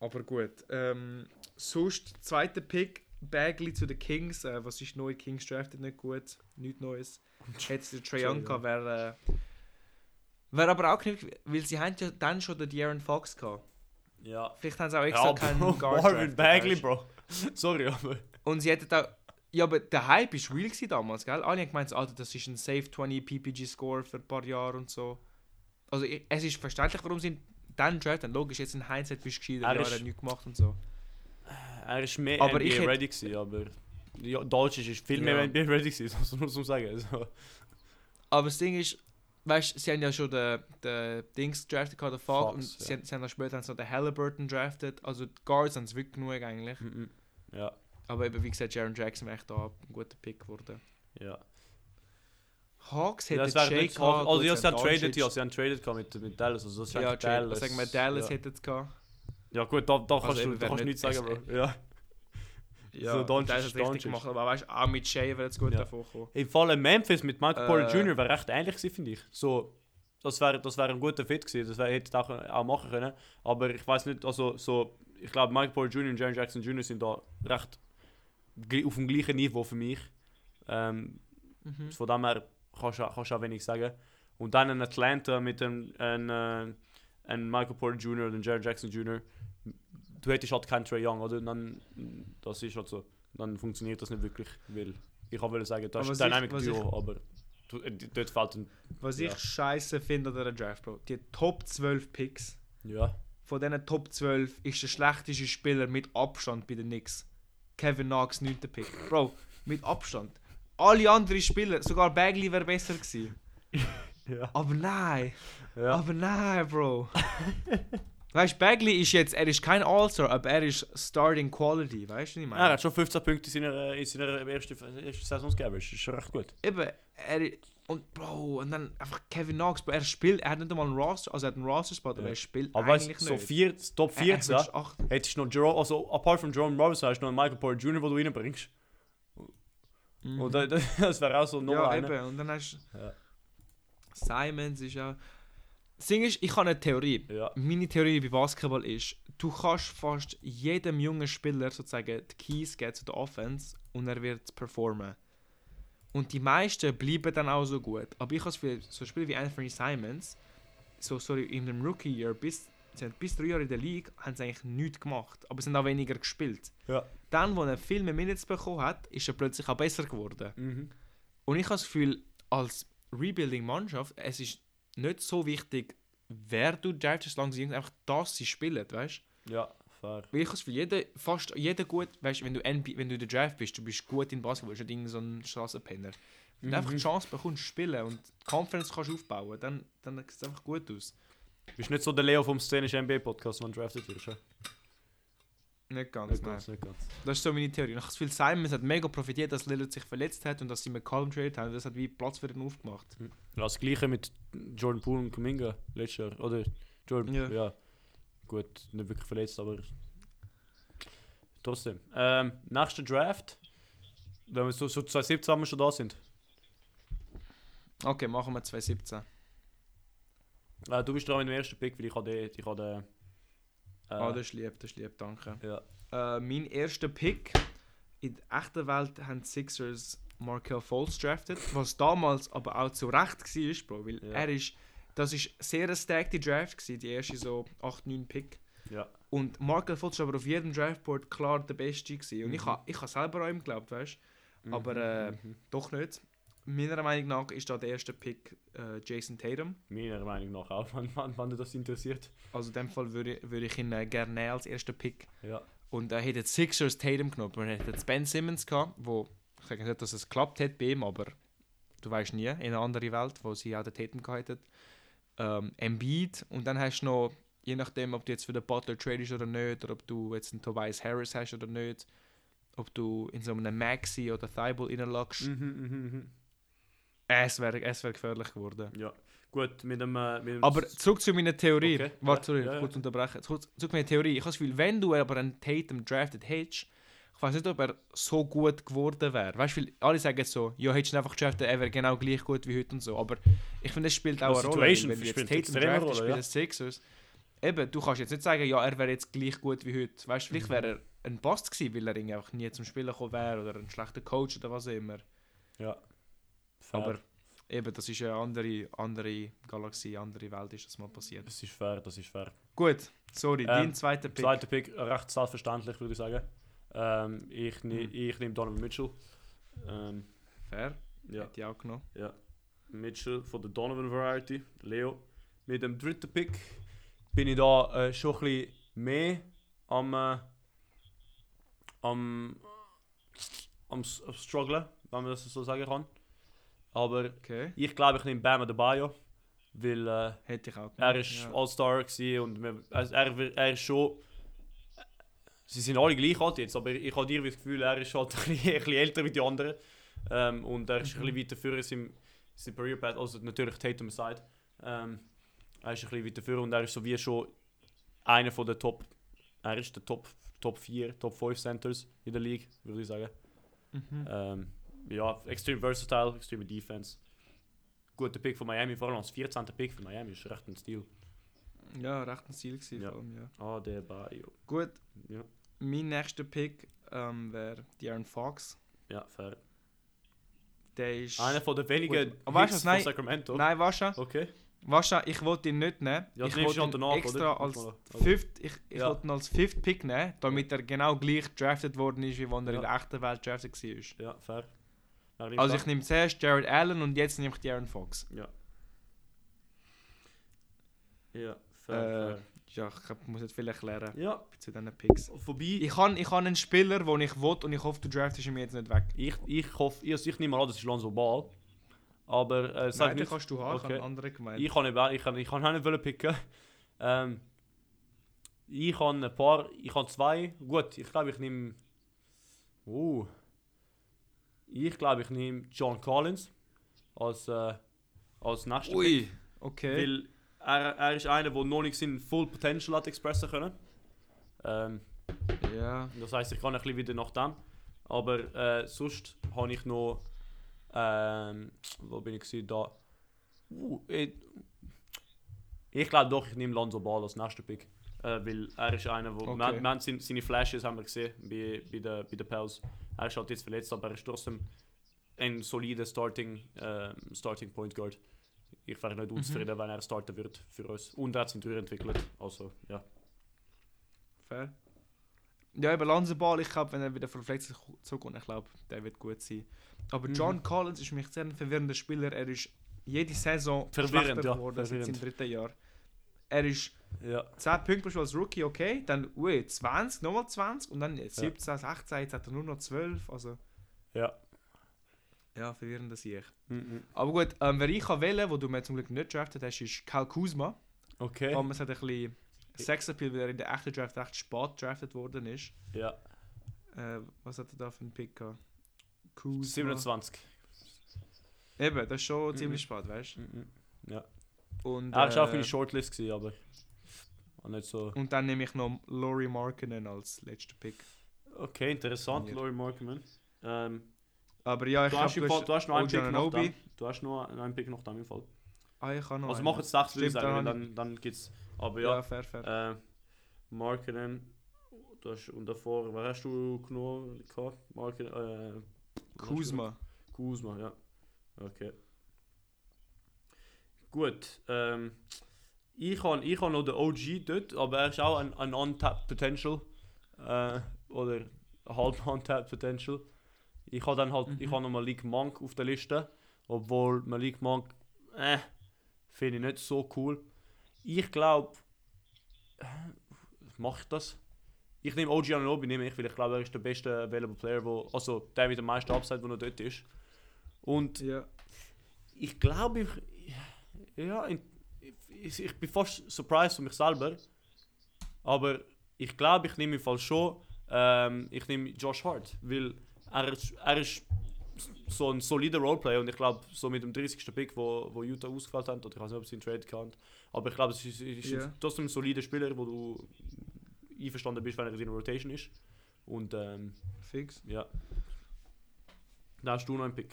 S2: Aber gut. Ähm, sonst, zweiter Pick, Bagley zu den Kings. Äh, was ist neu? Kings drafted nicht gut. Nichts Neues. Hätte der Trae Young gehabt, wäre... Äh, wäre aber auch nicht... Weil sie haben ja dann schon den De'Aaron Fox gehabt.
S1: Ja.
S2: Vielleicht haben sie auch extra
S1: Ja,
S2: keinen
S1: Bro,
S2: Guard
S1: Marvin
S2: drafted,
S1: Bagley,
S2: weißt du?
S1: Bro. Sorry, aber.
S2: Und sie hätten auch... Ja, aber der Hype war real gewesen damals, gell? Alle haben gemeint, so, Alter, das ist ein safe 20 PPG-Score für ein paar Jahre und so. Also ich- es ist verständlich, warum sie ihn dann draften. Logisch, jetzt in Hindsight bist du gescheiter,
S1: Er
S2: ja,
S1: ist-
S2: er hat nichts gemacht und so.
S1: Er ist mehr
S2: Aber
S1: NBA
S2: ich hätt-
S1: ready gewesen, aber ja, Deutsch ist- ist viel mehr
S2: Ja.
S1: NBA ready gewesen, also nur zum sagen. Also,
S2: Aber das Ding ist, weißt sie haben ja schon den, den Dings drafted, gehabt, den Fox,
S1: Fox,
S2: und
S1: ja.
S2: sie, haben- sie haben dann später so den Halliburton drafted. Also die Guards haben es wirklich genug eigentlich.
S1: mhm. ja,
S2: Aber eben, wie gesagt, Jaron Jackson wäre echt da ein guter Pick geworden.
S1: ja.
S2: Hawks
S1: ja
S2: hätte
S1: es wäre
S2: Jay
S1: nicht so,
S2: gehabt,
S1: also
S2: gut,
S1: ja, sie haben
S2: Doncic.
S1: traded, ja, sie haben traded gehabt mit, mit Dallas, also das ist
S2: Ja,
S1: eigentlich
S2: Dallas. Was sagen wir, Dallas
S1: ja.
S2: hätte Also, es gehabt.
S1: ja gut, da, da kannst
S2: eben,
S1: du da
S2: wer
S1: kannst du nichts
S2: nicht-
S1: sagen, Bro. Ja.
S2: Ja,
S1: So, Doncic,
S2: Dallas hat
S1: Doncic.
S2: richtig gemacht, aber weißt auch mit Jay wäre es gut
S1: Ja.
S2: davon gekommen.
S1: Im Fall in Memphis mit Michael Porter
S2: Äh.
S1: Jr. wäre recht ähnlich gewesen, finde ich. So, das wäre das wär ein guter Fit gewesen, das wär, hätte ich auch, auch machen können. Aber ich weiß nicht, also so, ich glaube Michael Porter Jr. und Jaron Jackson Jr. sind da recht gl- auf dem gleichen Niveau für mich. Ähm,
S2: Mhm.
S1: Dus Von dem her kannst du auch- kannst du auch wenig sagen. Und dann in Atlanta mit einem, einem, äh, einem Michael Porter Jr., dem Jared Jackson Jr. Du hättest halt keinen Trey Young, oder? Und Dann, das ist halt so. Dann funktioniert das nicht wirklich, weil ich wollte sagen, das
S2: Aber
S1: ist
S2: was
S1: ein
S2: ich-
S1: Dynamic
S2: was
S1: Duo, aber du- äh, d- dort fehlt ein.
S2: Was
S1: Ja.
S2: ich scheiße finde an dieser Draft, Bro, die Top 12 Picks,
S1: Ja.
S2: von diesen Top 12 ist der schlechteste Spieler mit Abstand bei den Knicks. Kevin Knox, 9. Pick. Bro, mit Abstand. Alle anderen Spieler, sogar Bagley wäre besser gewesen.
S1: Ja.
S2: Aber nein.
S1: Ja.
S2: Aber nein, Bro. weißt du, Bagley ist jetzt, er ist kein All-Star, aber er ist Starting Quality, weißt du, was ich
S1: Ja, er
S2: meine?
S1: hat schon 15 Punkte in seiner, in eh, seiner ersten, ersten Saisonsgabe. Das ist schon recht gut.
S2: Eben, er und Bro, und dann einfach Kevin Knox, Bro, er spielt, er hat nicht einmal einen Roster, also er hat einen Roster-Spot, aber
S1: Ja.
S2: er spielt
S1: Aber weißt
S2: eigentlich
S1: du, so
S2: nicht.
S1: vier, Top
S2: Er- er
S1: 14
S2: wird acht-
S1: hättest du noch Jerome, also apart von Jerome Robinson, hast du noch einen Michael Porter Jr., den du reinbringst.
S2: Mhm.
S1: Und da- das wäre auch so noch
S2: ja,
S1: einer.
S2: eben, und dann hast du...
S1: Ja.
S2: Simons ist ja... Das Ding ist, ich habe eine Theorie.
S1: Ja.
S2: Meine Theorie bei Basketball ist, du kannst fast jedem jungen Spieler sozusagen die Keys geben zu der Offense und er wird performen. Und die meisten bleiben dann auch so gut. Aber ich habe das Gefühl, so Spieler wie Anthony Simons, so sorry, in dem Rookie-Year, bis, sie haben bis drei Jahre in der League, haben sie eigentlich nichts gemacht. Aber sie haben auch weniger gespielt.
S1: Ja.
S2: Dann, als er viel mehr Minutes bekommen hat, ist er plötzlich auch besser geworden.
S1: Mhm.
S2: Und ich habe das Gefühl, als Rebuilding-Mannschaft, es ist nicht so wichtig, wer du draftest, solange sie irgendwie einfach das sie spielen, weißt du?
S1: Ja, fair.
S2: Weil ich habe das Gefühl, jeder, fast jeder gut, weißt du, wenn du, NB, wenn du der Draft bist, du bist gut in Basketball, du bist nicht irgend so ein Straßenpenner. Wenn du einfach
S1: Mhm.
S2: die Chance bekommst zu spielen und die Conference kannst aufbauen, dann, dann sieht es einfach gut aus.
S1: Bist nicht so der Leo vom szenischen NBA-Podcast, wenn du drafted wirst. hä?
S2: Nicht ganz,
S1: Nicht
S2: nein.
S1: ganz, nicht ganz.
S2: Das ist so meine Theorie. Und Ich habe das Gefühl, Simons hat mega profitiert, dass Lillard sich verletzt hat und dass sie McCallum traded haben. Das hat wie Platz für ihn aufgemacht.
S1: Ja, das gleiche mit Jordan Poole und Kuminga letztes Jahr. Oder Jordan,
S2: Ja.
S1: ja. Gut, nicht wirklich verletzt, aber trotzdem. Ähm, nächster Draft. Wenn wir so, so 2017 haben wir schon da sind.
S2: Okay, machen wir 2017.
S1: Äh, du bist dran mit dem ersten Pick, weil ich habe den... Ich habe den äh,
S2: Ah, das ist lieb, das ist lieb, danke.
S1: ja.
S2: Äh, mein erster Pick in der echten Welt haben die Sixers Markel Fultz drafted, was damals aber auch zu Recht war, Bro, weil
S1: Ja.
S2: er ist, das ist sehr ein stackte Draft gewesen, die erste so 8-9 Pick.
S1: Ja.
S2: Und Markel Fultz war aber auf jedem Draftboard klar der Beste gewesen. Und ich
S1: Mhm.
S2: habe ich ha selber an ihm geglaubt, weißt
S1: Mhm,
S2: Aber, äh,
S1: mhm.
S2: Doch nicht. Meiner Meinung nach ist da der erste Pick äh, Jason Tatum.
S1: Meiner Meinung nach auch, wenn, wenn, wenn dir das interessiert.
S2: Also in dem Fall würde würde ich ihn äh, gerne nehmen als ersten Pick.
S1: Ja.
S2: Und er hätte die Sixers Tatum genommen. Man hätte jetzt Ben Simmons gehabt, wo ich sage nicht, dass es geklappt hat bei ihm, aber du weißt nie, in einer anderen Welt, wo sie auch den Tatum gehabt hat. Ähm, Embiid und dann hast du noch, je nachdem, ob du jetzt für den Butler tradest oder nicht, oder ob du jetzt einen Tobias Harris hast oder nicht, ob du in so einem Maxi oder Thibault reinlockst,
S1: Mhm, mhm, mhm.
S2: es wäre es wär gefährlich geworden.
S1: Ja, gut, mit dem. Äh, mit dem
S2: Aber zurück zu meiner Theorie.
S1: Okay.
S2: Warte, sorry,
S1: Ja, ja,
S2: kurz
S1: ja.
S2: unterbrechen. Zurück, zurück zu meiner Theorie. Ich habe das Gefühl, wenn du aber einen Tatum drafted hättest, ich weiß nicht, ob er so gut geworden wäre. Weißt du, weil alle sagen jetzt so, ja, hättest du ihn einfach drafted, er wäre genau gleich gut wie heute und so. Aber ich finde, es spielt auch
S1: Die
S2: eine Rolle. weil
S1: Situation
S2: Wenn du jetzt
S1: spielt
S2: Tatum
S1: extrem eine
S2: draftest,
S1: Rolle,
S2: bei
S1: ja.
S2: den Sixers, eben, du kannst jetzt nicht sagen, ja, er wäre jetzt gleich gut wie heute. Weißt du, vielleicht
S1: Mhm.
S2: wäre er ein Bast gewesen, weil er irgendwie einfach nie zum Spielen gekommen wäre oder ein schlechter Coach oder was auch immer.
S1: Ja. Fair.
S2: Aber eben, das ist eine andere, andere Galaxie, andere Welt ist das mal passiert.
S1: Das ist fair, das ist fair.
S2: Gut, sorry,
S1: Ähm,
S2: dein zweiter Pick.
S1: Zweiter Pick, äh, recht selbstverständlich, würde ich sagen. Ähm, ich ne
S2: Mhm.
S1: ich nehme Donovan Mitchell. Ähm,
S2: Fair,
S1: ja,
S2: hätte ich auch genommen.
S1: ja. Mitchell von der Donovan Variety, Leo. Mit dem dritten Pick bin ich da äh, schon ein bisschen mehr am. Äh, am. am s- am strugglen, wenn man das so sagen kann. Aber
S2: Okay,
S1: Ich glaube, ich nehme Bam Adebayo, weil äh,
S2: hätte ich auch
S1: er ist
S2: ja.
S1: All-Star gewesen und wir, also er, wir- er ist schon... Sie sind alle gleich alt jetzt, aber ich habe irgendwie das Gefühl, er ist halt ein bisschen, ein bisschen älter wie die anderen. Ähm, und er ist ein
S2: Mhm.
S1: bisschen weiter vorne in seinem, seinem Career Path, also natürlich Tatum aside. Ähm, er ist ein bisschen weiter vorne und er ist so wie schon einer von der Top... Er ist der Top, Top 4, Top 5 Centers in der League, würde ich sagen.
S2: Mhm.
S1: Ähm, ja, extrem versatile, extreme Defense. Guter Pick von Miami, vor allem als 14. Pick von Miami, ist recht ein Stil.
S2: ja, recht ein Ziel gewesen,
S1: Ja.
S2: vor allem, ja.
S1: Ah, der Bayo.
S2: Gut,
S1: Ja,
S2: mein nächster Pick ähm, wäre De'Aaron Fox.
S1: ja fair.
S2: Der ist.
S1: Einer von den wenigen
S2: Gut. Aber weißt
S1: Hicks
S2: du was?
S1: von
S2: Nein.
S1: Sacramento.
S2: Nein, Wascha.
S1: Okay.
S2: Wascha, ich wollte ihn nicht nehmen.
S1: Ja,
S2: ich
S1: du nimmst
S2: wollte
S1: ihn danach,
S2: extra
S1: oder?
S2: als
S1: Guck mal.
S2: fifth, ich, ich
S1: Ja.
S2: wollte ihn als fifth Pick nehmen, damit er genau gleich drafted worden ist, wie wenn er
S1: Ja.
S2: in der echten Welt drafted war.
S1: Ja, fair.
S2: Also ich nehme zuerst Jared Allen und jetzt nehme ich die Aaron Fox.
S1: Ja, fair,
S2: Äh, Ja, ich glaub, ich muss jetzt viel erklären
S1: fair. Ja,
S2: zu diesen Picks.
S1: vorbei.
S2: Ich habe ich han einen Spieler, den ich will und ich hoffe, du draftest ihn mir jetzt nicht weg.
S1: Ich, ich hoffe, ich, ich nehme an, das ist Lonzo Ball. Aber äh, sag
S2: Nein, den
S1: nicht,
S2: kannst du haben, ich
S1: Okay.
S2: habe einen anderen gemeint.
S1: ich kann nicht, ich kann, ich kann auch nicht wollen picken. Ähm, ich habe ein paar, ich habe zwei. Gut, ich glaube, ich nehme. Uh. Ich glaube, ich nehme John Collins als, äh, als nächsten Pick.
S2: Ui, okay.
S1: Weil er, er ist einer, der noch nicht sein Full Potential hat expressen können. Ähm,
S2: ja.
S1: das heisst, ich kann ein bisschen wieder nach dem. Aber äh, sonst habe ich noch. Ähm, wo bin ich gewesen? da? Uh, ich ich glaube doch, ich nehme Lonzo Ball als nächsten Pick. Äh, weil er ist einer, wo.
S2: Okay.
S1: Man, man seine, seine Flashes haben wir gesehen bei, bei den bei den Pels. Er ist halt jetzt verletzt, aber er ist trotzdem ein solider Starting, ähm, Starting Point Guard. Ich wäre nicht unzufrieden, wenn er starten wird für uns. Und er hat seine Tür entwickelt. Also, ja.
S2: Fair. Ja, über Lanzenball, ich glaube, wenn er wieder verpflegt zurückkommt, ich glaube, der wird gut sein. Aber
S1: Mhm.
S2: John Collins ist für mich sehr ein verwirrender Spieler. Er ist jede Saison
S1: Verwirrend,
S2: schlechter
S1: ja,
S2: geworden seit seinem
S1: verwirrend.
S2: dritten Jahr. Er ist
S1: Ja.
S2: 10 Punkte pro Spiel als Rookie, okay, dann ui, 20, nochmal 20 und dann 17, 16, jetzt hat er nur noch 12. Also,
S1: Ja.
S2: ja, verwirrender Sieg.
S1: Mhm.
S2: Aber gut, ähm, wer ich kann wählen wo du mir zum Glück nicht draftet hast, ist Kyle Kuzma.
S1: Okay.
S2: Thomas hat ein bisschen Sexappeal, weil er in der echten Draft recht spät drafted worden ist.
S1: ja.
S2: Äh, was hat er da für einen Pick gehabt? Kuzma.
S1: 27.
S2: Eben, das ist schon
S1: Mhm.
S2: ziemlich spät, weißt du? Und,
S1: Er war auch für
S2: äh,
S1: die Shortlist, gewesen, aber. War nicht so.
S2: und dann nehme ich noch Laurie Markinen als letzten Pick.
S1: Okay, interessant,
S2: Ja.
S1: Laurie Markman. Ähm,
S2: Aber ja, ich
S1: du, hast
S2: glaube,
S1: im Fall, du hast noch einen Pick noch
S2: Obi.
S1: dann. Du hast noch einen Pick noch dann im Fall.
S2: Ah, ich kann noch
S1: Also
S2: einen.
S1: mach jetzt 6, würde ich
S2: Stimmt,
S1: sagen,
S2: dann hab
S1: dann, dann gibt's. Aber
S2: Ja,
S1: ja,
S2: fair, fair.
S1: Äh, Markenen, du hast und davor, wer hast du genommen? gehabt? Markenen, äh, was hast du
S2: Kuzma.
S1: genommen? Kuzma, ja. Okay. Gut, ähm, ich habe ich han noch den OG dort, aber er ist auch ein, ein untapped potential. Äh, oder halb untapped potential. Ich habe dann halt, ich habe noch Malik Monk auf der Liste, obwohl Malik Monk, äh, finde ich nicht so cool. Ich glaube, mache ich das? Ich nehme OG Anunobi, nehme ich, weil ich glaube, er ist der beste available Player, wo, also der mit dem meisten Upside, der noch dort ist. Und
S2: Ja.
S1: ich glaube, ich, ja, in- ich, ich bin fast surprised von mich selber, aber ich glaube, ich nehme im Fall schon, ähm, ich nehme Josh Hart, weil er, ist- er ist so ein solider Roleplayer und ich glaube, so mit dem 30. Pick, wo, wo Utah ausgewählt hat, oder ich weiß nicht, ob sie ihn Trade kann, aber ich glaube, es ist, es ist
S2: Ja.
S1: trotzdem ein solider Spieler, wo du einverstanden bist, wenn er in der Rotation ist. Und ähm,
S2: Fix.
S1: ja. Da hast du noch einen Pick.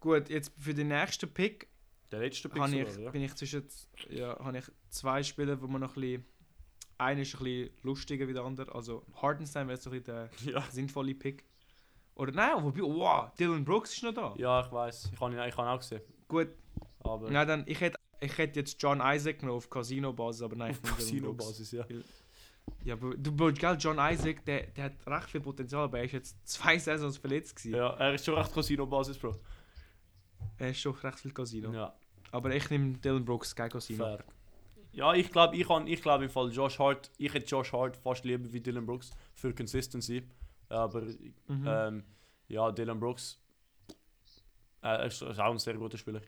S2: Gut, jetzt für den nächsten Pick,
S1: Der letzte Pick,
S2: habe ich,
S1: sogar, ja?
S2: bin ich zwischen ja, habe ich zwei Spieler, wo man noch ein bisschen. Einer ist ein bisschen lustiger wie der andere. Also Hardenstein wäre jetzt so ein bisschen der
S1: ja.
S2: sinnvolle Pick. Oder nein, wobei, wow, Dylan Brooks ist noch da.
S1: Ja, ich weiß. Ich habe ihn ich hab ihn auch gesehen.
S2: Gut,
S1: Aber
S2: nein, dann, ich hätte ich hätt jetzt John Isaac genommen auf Casino-Basis, aber nein, ich
S1: auf
S2: nehme Dylan Brooks.
S1: Casino-Basis, ja.
S2: Ja, aber du, Bro, gell, John Isaac, der, der hat recht viel Potenzial, aber er ist jetzt zwei Saisons verletzt gewesen.
S1: Ja, er ist schon recht Casino-Basis, Bro.
S2: Er ist schon recht viel Casino.
S1: Ja,
S2: Aber ich nehme Dylan Brooks, kein Casino.
S1: fair. Ja, ich glaube, ich, han- ich glaub im Fall Josh Hart, ich hätte Josh Hart fast lieber wie Dylan Brooks für Consistency. Aber
S2: Mhm.
S1: ähm, ja, Dylan Brooks äh, er ist, ist auch ein sehr guter Spieler.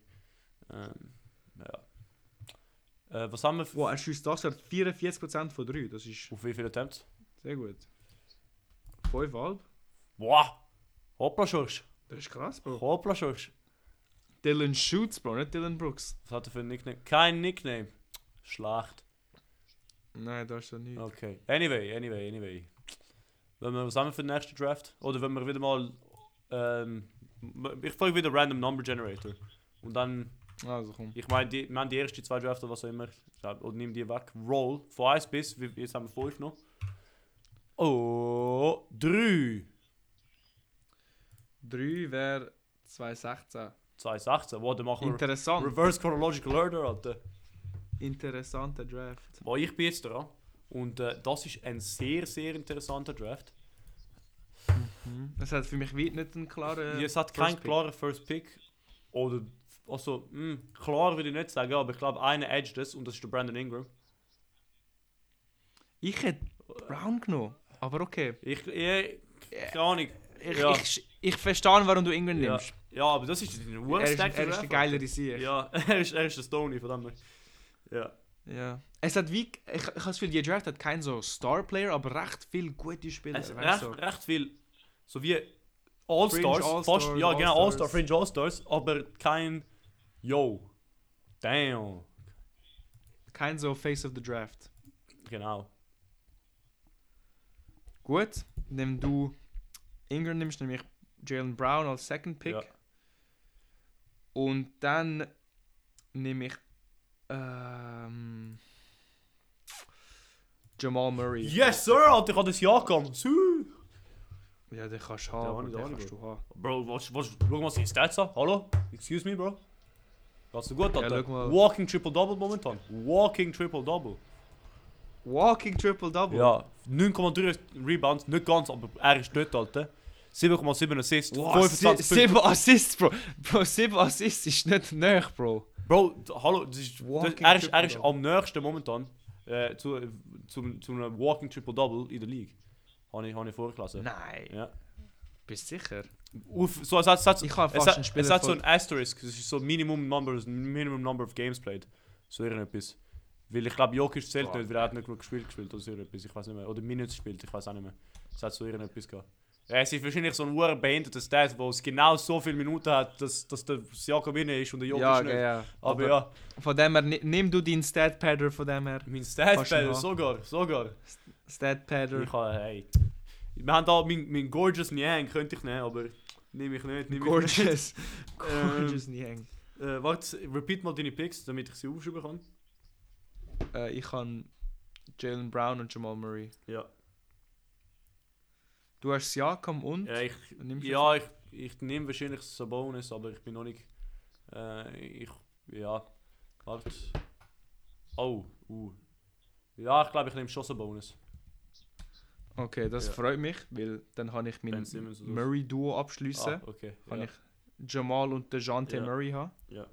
S1: Ähm, ja. Äh, was haben wir für,
S2: Wow, er schießt das Jahr 44% von 3, das ist
S1: auf wie viele Attempts?
S2: sehr gut. 5,5?
S1: Wow! Hoppla, Schorsch!
S2: Das ist krass, Bro.
S1: Hoppla, Schorsch!
S2: Dylan Schutz, Bro, nicht Dylan Brooks.
S1: Was hat er für ein Nickname? Kein Nickname. Schlacht.
S2: Nein, das ist doch nicht.
S1: Okay. Anyway, anyway, anyway. Wollen wir was haben wir für den nächsten Draft? Oder wenn wir wieder mal. Ähm, m- ich frage wieder Random Number Generator. Und dann,
S2: Also komm.
S1: ich meine, die, wir haben die ersten zwei Drafts oder was auch immer. Ja, Und nimm die weg. Roll. Von 1 bis, wie- jetzt haben wir 5 noch. Oh, 3.
S2: 3 wäre 2016.
S1: 2016. Wow, dann machen wir
S2: Interessant.
S1: Reverse Chronological Order, Alter.
S2: Interessanter Draft.
S1: Wo ich bin jetzt dran. Und äh, das ist ein sehr, sehr interessanter Draft.
S2: Es hat für mich weit nicht einen klaren.
S1: es Mhm. hat
S2: Äh, First
S1: keinen
S2: Pick.
S1: klaren First Pick. Oder, also, mh, klar würde ich nicht sagen, aber ich glaube, einer edged es und das ist der Brandon Ingram.
S2: Ich hätte Brown genommen. Aber okay.
S1: Ich, ich, keine Ahnung.
S2: Ich,
S1: Ja.
S2: ich, ich verstehe, warum du Ingram
S1: Ja.
S2: nimmst.
S1: ja, aber das ist ein
S2: Er ist,
S1: Urstack.
S2: er ist der geilere Sieg.
S1: Ja, er ist, er ist der Stoney, verdammt. Ja.
S2: Ja. Es hat wie. Ich, ich habe das Gefühl, die Draft hat keinen so Star-Player, aber recht viele gute Spieler.
S1: Es,
S2: weißt
S1: recht,
S2: du, so.
S1: recht viel, so wie All-Stars,
S2: All-Stars,
S1: fast, ja genau, All-Star,
S2: All-Stars.
S1: Fringe All-Stars, aber kein, yo, damn,
S2: Kein so Face of the Draft.
S1: genau.
S2: Gut, nimm du Ingram nimmst, nämlich Jalen Brown als Second Pick.
S1: Ja.
S2: Und dann nehme ich ähm, Jamal Murray.
S1: Yes, sir, Alter, ich habe das Ja gekommen. Sü.
S2: Ja, den kannst du
S1: Den hab
S2: haben.
S1: ich
S2: Den
S1: auch
S2: kannst
S1: nicht
S2: du haben.
S1: Bro, was, was, schau mal seine Stats an, hallo? Excuse me, Bro. Geht's dir gut,
S2: Ja,
S1: Alter?
S2: schau mal.
S1: Walking Triple-Double momentan. Walking Triple-Double.
S2: Walking Triple Double.
S1: Ja, 9,3 Rebounds, nicht ganz, aber er ist nicht, Alter. 7,7 Assists,
S2: Wow,
S1: 25 Punkte.
S2: 7 Assists, Bro. Bro, 7 Assists ist nicht näher, Bro.
S1: Bro, d- hallo, das ist, das,
S2: Walking
S1: er, ist, er ist
S2: Triple-Double.
S1: am nächsten momentan äh, zu, zum, zu einem eh, Walking Triple-Double in der League. Habe ich, hab ich vorgelesen.
S2: Nein.
S1: Ja.
S2: Bist du sicher?
S1: Auf, so, es hat, es hat,
S2: Ich habe
S1: es
S2: fast
S1: hat,
S2: einen Spieler
S1: es hat so
S2: von-
S1: ein Asterisk, das ist so Minimum, numbers, minimum Number of Games played. So irgendetwas. Weil ich glaube, Jokic zählt
S2: Boah.
S1: nicht, weil er hat nicht genug gespielt gespielt oder so irgendetwas, ich weiß nicht mehr. Oder Minutes gespielt, ich weiß auch nicht mehr. Es hat so irgendetwas gehabt. Ja, Es ist wahrscheinlich so ein uhr behindertes Stat, wo es genau so viele Minuten hat, dass, dass der Siakam innen ist und der Jokic
S2: ja,
S1: nicht.
S2: ja, ja.
S1: Aber ja,
S2: Von dem her, ni- nimm du deinen Stat-Padder von dem her.
S1: mein
S2: Kannst du
S1: Stat
S2: noch-
S1: sogar, sogar.
S2: Stat-Padder.
S1: Ich kann, hey. Wir haben da mein, mein Gorgeous Niang, könnte ich nehmen, aber nehme ich nicht. Nehm Ich nicht.
S2: Gorgeous.
S1: Ähm,
S2: Gorgeous Niang.
S1: Äh, warte, repeat mal deine Picks, damit ich sie aufschreiben kann.
S2: Äh, ich habe Jalen Brown und Jamal Murray.
S1: Ja.
S2: Du hast Siakam und?
S1: Ja, ich,
S2: Nimmst du
S1: Eh, ja, ich, ich nehme wahrscheinlich Sabonis, aber ich bin noch nicht. Äh, ich. Ja. Warte. Oh, uh. Ja, ich glaube, ich nehme schon Sabonis.
S2: Okay, das
S1: Ja.
S2: freut mich, weil dann kann ich mein
S1: Ben Simmons oder so.
S2: Murray-Duo abschließen.
S1: Ah, okay.
S2: Kann
S1: ja.
S2: ich Jamal und DeJounte
S1: Ja.
S2: Murray haben.
S1: Ja.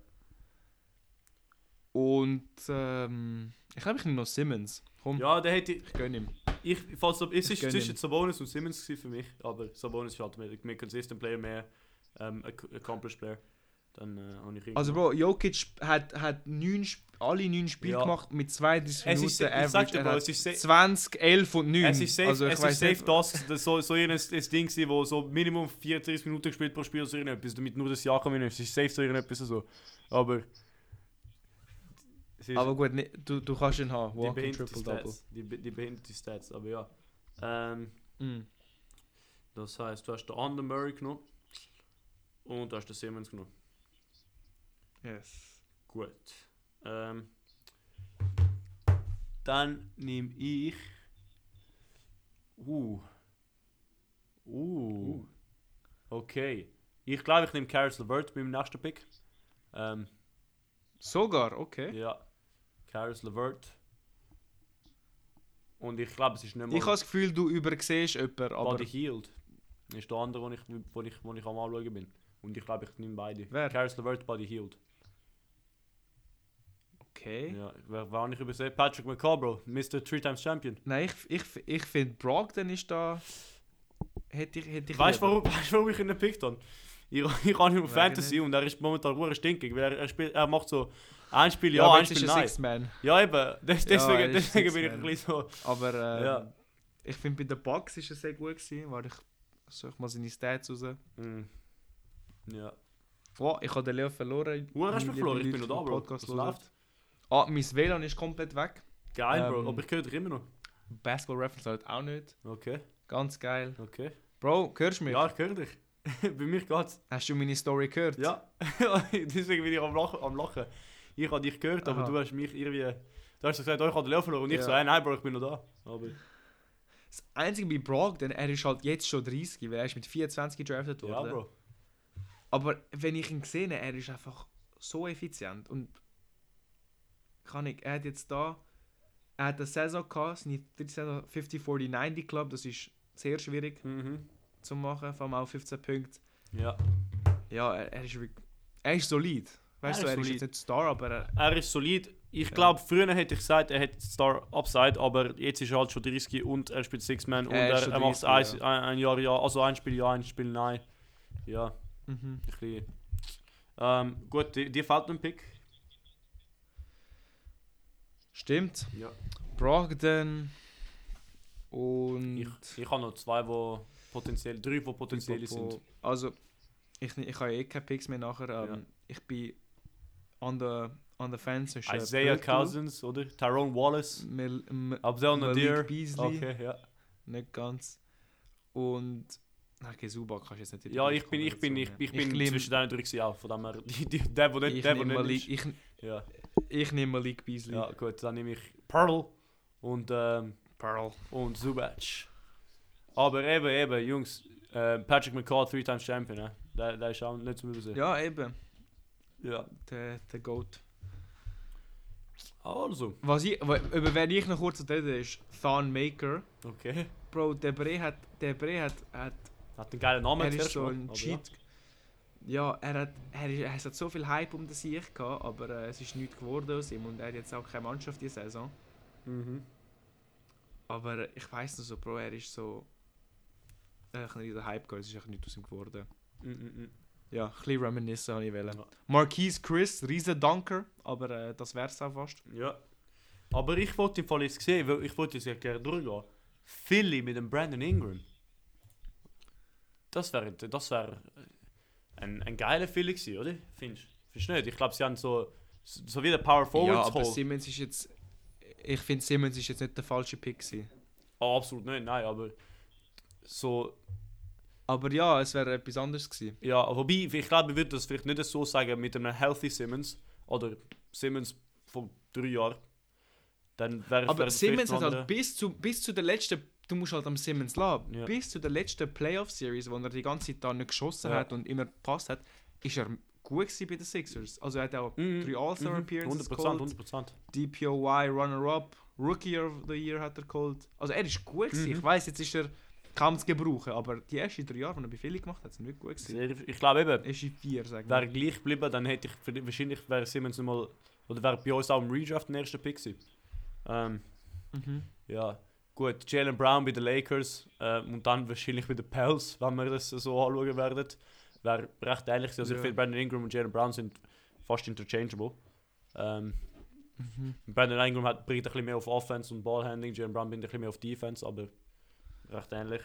S2: Und ähm, ich glaube, ich nehme noch Simmons. Komm,
S1: Ja, der hätte
S2: ich gönn ihm.
S1: ich. Falls, es
S2: Ich
S1: ist
S2: gönn
S1: zwischen
S2: ihm.
S1: Sabonis und Simmons gewesen für mich, aber Sabonis ist halt mehr, mehr consistent Player, mehr ähm, ac- accomplished Player. Dann äh, habe ich ihn
S2: Also
S1: genommen.
S2: Bro, Jokic sp- hat, hat neun, Sp- alle neun Spiele
S1: Ja.
S2: gemacht mit 32
S1: Es
S2: Minuten
S1: ist, ich sag
S2: Average.
S1: dir,
S2: Er
S1: Bro,
S2: hat
S1: es ist, se-
S2: 20, 11 und 9.
S1: Es ist safe,
S2: also, ich
S1: es
S2: weiss
S1: ist safe
S2: nicht-
S1: das, das so, so ein, ein Ding gewesen, wo so Minimum 34 Minuten gespielt pro Spiel, so irgendetwas, damit nur das Jahr kommen ist. Es ist safe so irgendetwas so. Aber. Es ist
S2: Aber gut, ne, du, du kannst ihn haben.
S1: die
S2: Walking
S1: behinderte
S2: Triple-Double.
S1: Stats. Die, be- die behinderte Stats, aber ja. Ähm,
S2: Mm.
S1: das heißt, du hast den Under Murray genommen und du hast den Simmons genommen.
S2: Yes.
S1: Gut. Ähm, dann nehme ich. Uh. Uh.
S2: Uh.
S1: Okay. Ich glaube, ich nehme Caris LeVert beim nächsten Pick. Ähm,
S2: Sogar, okay.
S1: ja. Caris LeVert. Und ich glaube, es ist nicht mal
S2: Ich habe das Gefühl, du übersehst jemanden, aber
S1: Buddy Hield. Ist der andere, wo ich, wo ich, wo ich am Anschauen bin. Und ich glaube, ich nehme beide.
S2: Wer?
S1: Caris LeVert, Buddy Hield.
S2: okay.
S1: Ja, wer, wer habe ich übersehen? Patrick McCall, Bro. Mr. Three Times Champion.
S2: Nein, ich, ich, ich finde, Brogdon ist da... Hätte ich, hätte ich
S1: Weißt du,
S2: lieber.
S1: warum, weißt, du, warum ich ihn nicht gepickt habe? Ich, ich habe ihn auf
S2: Wegen
S1: Fantasy und er ist momentan ruhig stinkig, weil er, er, spielt, er macht so ein Spiel ja,
S2: Ja,
S1: ein
S2: jetzt ist
S1: Spiel
S2: er
S1: nein.
S2: Six-Man.
S1: Ja, eben. Des,
S2: Ja,
S1: deswegen
S2: er ist
S1: deswegen bin ich ein
S2: Six-Man.
S1: bisschen so.
S2: Aber ähm,
S1: Ja.
S2: ich finde, bei den Bugs ist er sehr gut gewesen, weil ich... Suche mal seine Stats raus.
S1: Mm. Ja.
S2: Oh, ich habe den Leo verloren.
S1: Wo hast du
S2: Meine
S1: mich verloren? Ich
S2: lieben
S1: bin noch da,
S2: Leute, die
S1: Bro.
S2: Podcast
S1: Was
S2: hören.
S1: läuft?
S2: Ah, mein WLAN ist komplett weg.
S1: Geil,
S2: Ähm,
S1: Bro. Aber ich höre dich immer noch.
S2: Basketball Reference halt auch nicht.
S1: Okay,
S2: Ganz geil.
S1: okay.
S2: Bro, hörst du mich?
S1: Ja, ich höre dich. Bei mir geht's.
S2: Hast du meine Story gehört?
S1: Ja. Dus deswegen bin ich am Lachen. Am Lachen. Ich habe dich gehört, aber
S2: Aha.
S1: du hast mich irgendwie... Du hast gesagt, oh, ich habe den Leo verloren. Und ich
S2: Ja.
S1: so, hey, nein, Bro, ich bin noch da. Aber...
S2: Das Einzige bei Brogdon, er ist halt jetzt schon 30, weil er ist mit 24 gedraftet
S1: Ja,
S2: worden.
S1: Bro.
S2: Aber wenn ich ihn sehe, er ist einfach so effizient. Und kann ich, er hat jetzt da, er hat eine Saison gehabt, seine dritte Saison 50, 40, 90 Club, das ist sehr schwierig
S1: Mhm.
S2: zu machen, vor allem auch 15 Punkte.
S1: Ja.
S2: Ja, er, er ist wirklich, er ist solid.
S1: Er ist
S2: Weißt du, er ist
S1: solid.
S2: jetzt nicht Star, aber er,
S1: Er ist solid. Ich glaube, früher hätte ich gesagt, er hätte Star Upside, aber jetzt ist er halt schon 30 und er spielt Six Man und
S2: Er ist
S1: er,
S2: schon
S1: er macht
S2: 30,
S1: ein, ein, ein Jahr ja, also ein Spiel ja, ein Spiel nein. Ja, ein
S2: mhm.
S1: bisschen. Ähm, gut, dir, dir fehlt ein Pick.
S2: stimmt.
S1: Ja.
S2: Brogdon und
S1: Ich, ich habe noch zwei, wo potenziell, drei, wo potenziell sind.
S2: Also, ich, ich habe eh keine Picks mehr nachher. Ähm,
S1: Ja.
S2: Ich bin on the, on the fence. zwischen
S1: Isaiah
S2: Pirtle,
S1: Cousins, oder? Tyrone Wallace.
S2: Mel, M-
S1: Abdel
S2: Malik
S1: Nadir.
S2: Beasley.
S1: Okay, ja.
S2: Nicht ganz. Und. Nein, okay, Zubac kannst du jetzt nicht in die
S1: Ja, ich bin, ich bin, ich,
S2: Kombination
S1: ich
S2: nehmen.
S1: bin
S2: nehm-
S1: zwischen denen durch auch, von dem her. Die, die, der, wo nicht,
S2: ich
S1: der, wo
S2: nehme
S1: nicht.
S2: Malik,
S1: Ist.
S2: ich,
S1: Ja.
S2: ich nehme Malik Beasley.
S1: ja, gut, dann nehme ich Pearl und, ähm,
S2: Pearl.
S1: und Zubac. Aber eben, eben, Jungs, ähm, Patrick McCall, three times Champion, ne? Der, der ist auch nicht zu übersehen.
S2: Ja, eben.
S1: ja.
S2: Der, der Goat.
S1: Also,
S2: Was ich, wa- über wen ich noch kurz reden ist Thon Maker.
S1: okay.
S2: Bro, der Bre hat, der Bre hat, hat
S1: Hat einen geilen Namen
S2: er ist
S1: zuerst
S2: so
S1: mal,
S2: ein
S1: aber
S2: Cheat. Ja, er hat, er, ist- es hat so viel Hype um den Sieg gehabt, aber äh, es ist nichts geworden aus ihm und er hat jetzt auch keine Mannschaft diese Saison.
S1: Ja. Mhm.
S2: Aber äh, ich weiß noch so, Bro, er ist so. Er hat nicht den Hype gehabt, es ist einfach nichts aus ihm geworden.
S1: Mm, mm, mm.
S2: Ja, ein bisschen reminiscen habe ich wollen.
S1: Ja.
S2: Marquise Chris, riesen Dunker, aber äh, das wär's auch fast.
S1: Ja. Aber ich wollte im Fall jetzt sehen, weil ich wollte jetzt ja gerne durchgehen. Philly mit dem Brandon Ingram. Das wäre das wär äh, ein, ein geiler Philly gewesen, oder? Findest du nicht? Ich glaube, sie haben so, so wie der Power
S2: ja,
S1: Forward
S2: aber
S1: geholt.
S2: Simmons ist jetzt. Ich finde, Simmons ist jetzt nicht der falsche Pick. Gewesen.
S1: Ah, absolut nicht, nein, aber so,
S2: Aber ja, es wäre etwas anderes gewesen.
S1: ja, wobei, ich glaube, ich würde das vielleicht nicht so sagen mit einem Healthy Simmons oder Simmons von drei Jahren. Dann wäre wäre
S2: Aber
S1: es
S2: Simmons
S1: vielleicht ein
S2: hat
S1: anderer-
S2: halt bis zu, bis zu der letzten, du musst halt am Simmons laben,
S1: Ja.
S2: bis zu der letzten Playoff-Series, wo er die ganze Zeit da nicht geschossen
S1: Ja.
S2: hat und immer gepasst hat, ist er gut gewesen bei den Sixers. Also er hat auch
S1: Mhm,
S2: drei All-Star
S1: mhm,
S2: Appearances
S1: 100%,
S2: geholt,
S1: 100%.
S2: DPOY, Runner-Up, Rookie of the Year hat er geholt. Also er ist gut gewesen.
S1: Mhm.
S2: Ich weiß, jetzt ist er kaum zu gebrauchen, aber die ersten drei Jahre, die er bei Philly gemacht hat, sind nicht gut gewesen.
S1: Sehr- Ich glaube eben,
S2: Er ist in vier, sagen
S1: wäre
S2: wir.
S1: gleich geblieben, dann hätte ich für- wahrscheinlich wäre Simmons nochmal oder wäre bei uns auch im Redraft der erste Pick gewesen. Ähm,
S2: Mhm.
S1: ja, gut, Jalen Brown bei den Lakers ähm, und dann wahrscheinlich bei den Pels, wenn wir das so anschauen werden, wäre recht ähnlich. gewesen. Also ich
S2: Ja.
S1: finde Brandon Ingram und Jalen Brown sind fast interchangeable. Ähm,
S2: Mhm.
S1: Brandon Ingram hat, bringt ein bisschen mehr auf Offense und Ballhandling, Jalen Brown bringt ein bisschen mehr auf Defense, aber recht ähnlich.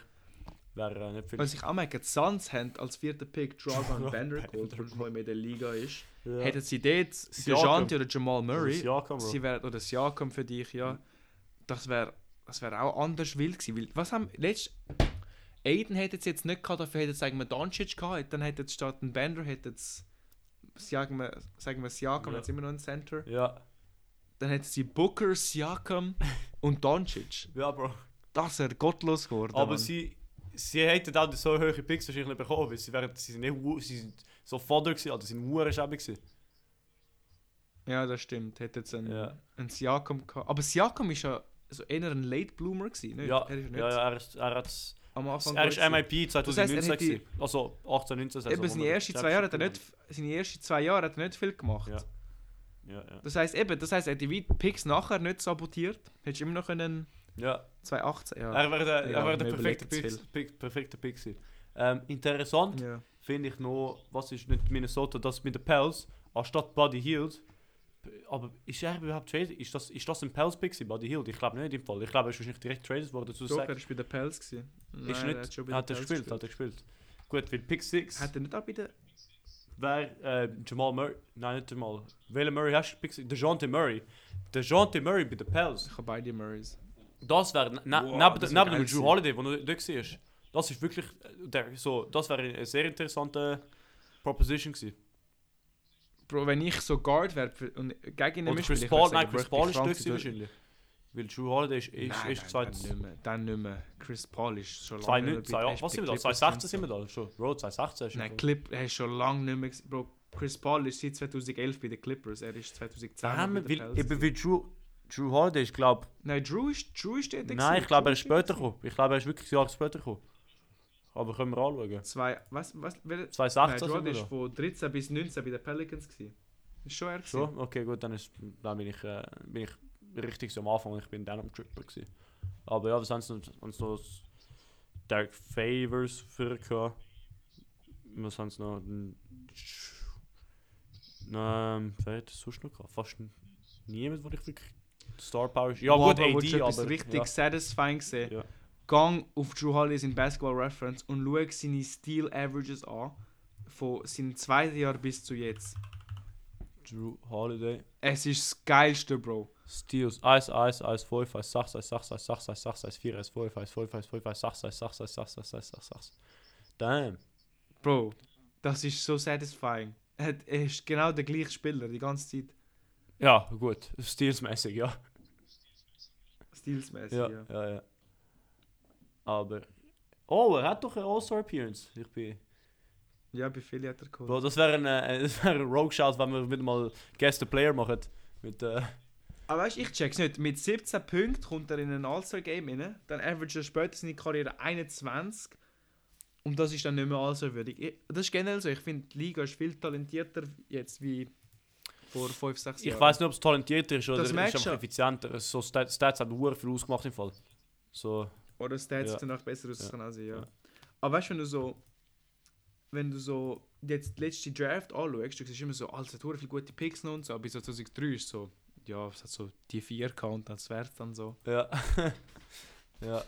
S1: Wäre äh, nicht viel.
S2: Was Also ich anmerke, die Suns haben als vierten Pick Dragon
S1: Dragon
S2: Bender geholt, der
S1: Vanderbilt.
S2: neu mit der Liga ist.
S1: Ja.
S2: Hätten sie dort
S1: Siakam.
S2: Dejounte oder Jamal Murray,
S1: Ja, Mhm. komm, Bro.
S2: sie wären oder Siakam für dich, ja, das wäre das wär auch anders wild gewesen. Weil, was haben letzt Aiden hätte es jetzt nicht gehabt, dafür hätte es, sagen wir, Doncic gehabt, dann hätte es statt ein Bender, hätte es, sagen wir, sagen wir Siakam,
S1: Ja.
S2: jetzt immer noch ein Center,
S1: Ja.
S2: dann hätten sie Booker, Siakam und Doncic.
S1: ja, Bro.
S2: Das wäre gottlos geworden.
S1: Aber
S2: Mann.
S1: sie, sie hätten dann so hohe Picks wahrscheinlich nicht bekommen, weil sie, wären, sie sind nicht hu- sie sind so fodder gewesen, also sie sind hure schäbig gewesen.
S2: Ja, das stimmt, hätte jetzt ein,
S1: Ja.
S2: ein Siakam gehabt. Aber Siakam ist ja so eher ein Late Bloomer gewesen, nicht?
S1: Ja,
S2: er ist nicht
S1: ja, ja, er ist, er hat,
S2: am Anfang
S1: er
S2: gut
S1: ist
S2: gewesen.
S1: MIP 2019
S2: hätte-
S1: gewesen. also 18, 19 Saison.
S2: eben,
S1: wo
S2: seine
S1: man
S2: ersten zwei
S1: Championship
S2: Jahre hat er
S1: gewonnen
S2: nicht, seine ersten zwei Jahre hat er nicht viel gemacht.
S1: Ja. hat. Ja, ja.
S2: Das heisst eben, das heisst, er hat die Weit- Picks nachher nicht sabotiert. Hättest du immer noch können
S1: ja.
S2: 2018, ja.
S1: er wäre der,
S2: Ja,
S1: er wäre der
S2: mir
S1: perfekte
S2: überlegt
S1: Pick,
S2: jetzt
S1: Pick, perfekte Pick gewesen. Ähm, interessant
S2: ja.
S1: finde ich noch, was ist nicht Minnesota, das mit den Pels, anstatt Buddy Hield. Aber ist er überhaupt traded? Ist das, ist das ein Pels-Pick gewesen, Buddy Hield? Ich glaube nicht im Fall. Ich glaube, er ist wahrscheinlich direkt traded worden zu
S2: Doch,
S1: sagen.
S2: er war bei den Pels. gewesen. Nein,
S1: ist
S2: er
S1: nicht,
S2: hat, schon bei
S1: hat
S2: den
S1: er
S2: Pels
S1: gespielt, hat er gespielt. Gut, weil Pick 6
S2: Hat er nicht auch bei den...
S1: wäre äh, Jamal Murray, nein, nicht Jamal. Welcher Murray hast du Pick 6? DeJounte Murray. DeJounte Murray bei den Pels.
S2: Ich habe beide Murrays.
S1: Das wäre, na,
S2: Wow,
S1: neben,
S2: das wär
S1: neben dem
S2: geil
S1: Drew
S2: gewesen.
S1: Holiday, wo du dort siehst. Das ist wirklich, äh, der, so, das wäre eine sehr interessante Proposition gewesen.
S2: Bro, wenn ich so Guard wäre und gegen ihn
S1: Oder
S2: spiele,
S1: Chris
S2: ich
S1: Paul,
S2: würde
S1: nein,
S2: sagen, Bro,
S1: Chris
S2: ich bin
S1: Paul ist dort
S2: krank
S1: gewesen
S2: gewesen.
S1: wahrscheinlich. Weil Drew Holiday ist, ist,
S2: Nein,
S1: ist seit
S2: dann, dann nicht mehr. Dann nicht mehr. Chris Paul ist schon lange nicht
S1: 2009,
S2: mehr bei-
S1: zwei
S2: er
S1: Jahre.
S2: ist
S1: Was
S2: bei
S1: sind wir da? 2016 sind
S2: Clippers und
S1: wir da schon. Road 2016 ist
S2: Nein,
S1: schon.
S2: Clip, er ist schon lange nicht mehr. gewesen. Bro, Chris Paul ist seit 2011 bei den Clippers. Er ist 2010
S1: Da haben
S2: bei
S1: wir,
S2: den
S1: weil,
S2: Pelicans.
S1: eben weil Drew, Drew Holiday ist, glaube
S2: Nein, Drew ist, Drew ist dort.
S1: Nein, ich glaube, er ist später
S2: gekommen.
S1: gekommen. Ich glaube, er ist wirklich ein Jahr später gekommen. Aber können wir anschauen.
S2: Zwei, was, was, welche, nein,
S1: 2018
S2: Drew
S1: sind wir
S2: ist
S1: da.
S2: von 13 bis 19 bei den Pelicans. Gewesen. Ist schon er gewesen.
S1: Schon? Okay, gut, dann, ist, dann bin, ich, äh, bin ich richtig so am Anfang und ich bin dann am Tripper gewesen. Aber ja, was haben sie noch- haben sie noch? das Dark Favors für gehabt. Was haben sie noch? N- Ähm, wer hat das sonst noch gehabt? Fast n- niemand, wo ich wirklich Star Power ist. Ja,
S2: Wow,
S1: gut,
S2: aber willst du
S1: AD,
S2: etwas
S1: aber.
S2: richtig
S1: ja.
S2: satisfying gesehen.
S1: Ja.
S2: Gang auf Drew Holiday in Basketball Reference und schau seine Steal Averages an. Von seinem zweiten Jahr bis zu jetzt.
S1: Drew Holiday.
S2: Es ist das Geilste, Bro.
S1: Steals, 1, 1, 1, 5, 1, 6, 1, 6, 1, 6, 1, 6, 1, 4, 1, 5, 1, 5, 1, 5, 1, 6, 1, 6, 1, 6, 1, 6, 1, 6. Damn.
S2: Bro, das ist so satisfying. Er hat- er ist genau der gleiche Spieler die ganze Zeit.
S1: Ja, gut. Stealsmäßig, ja.
S2: Stilsmäßig,
S1: Ja, ja, ja. Aber. Oh, er hat doch eine All-Star-Appearance. Ich bin.
S2: Ja, bei vielen hat er geholt.
S1: Bro, das wäre ein, äh, das wäre ein Rogue-Shout, wenn wir wieder mal Guest the Player machen. Mit, äh,
S2: Aber weißt du, ich check's nicht. Mit 17 Punkten kommt er in ein All-Star-Game rein. Dann average er später seine Karriere 21. Und das ist dann nicht mehr All-Star-würdig. Ich- Das ist generell so. Ich finde, die Liga ist viel talentierter jetzt wie vor 5, 6
S1: ich
S2: Jahren.
S1: weiß nicht, ob es talentierter ist oder
S2: Das
S1: es ist
S2: merkst
S1: einfach
S2: du.
S1: effizienter. So Stat- Stats haben sehr viel ausgemacht im Fall. So.
S2: Oder Stats
S1: Ja.
S2: ja. danach besser aus
S1: Ja.
S2: kann als ich, ja.
S1: Ja.
S2: Aber weißt du, wenn du so. Wenn du so jetzt die letzte Draft anschaust, du siehst immer so, Alter, du viele gute Picks noch und so, aber bis so 2003 ist so, ja, es hat so die 4 gehabt und dann das wert dann so.
S1: Ja. ja.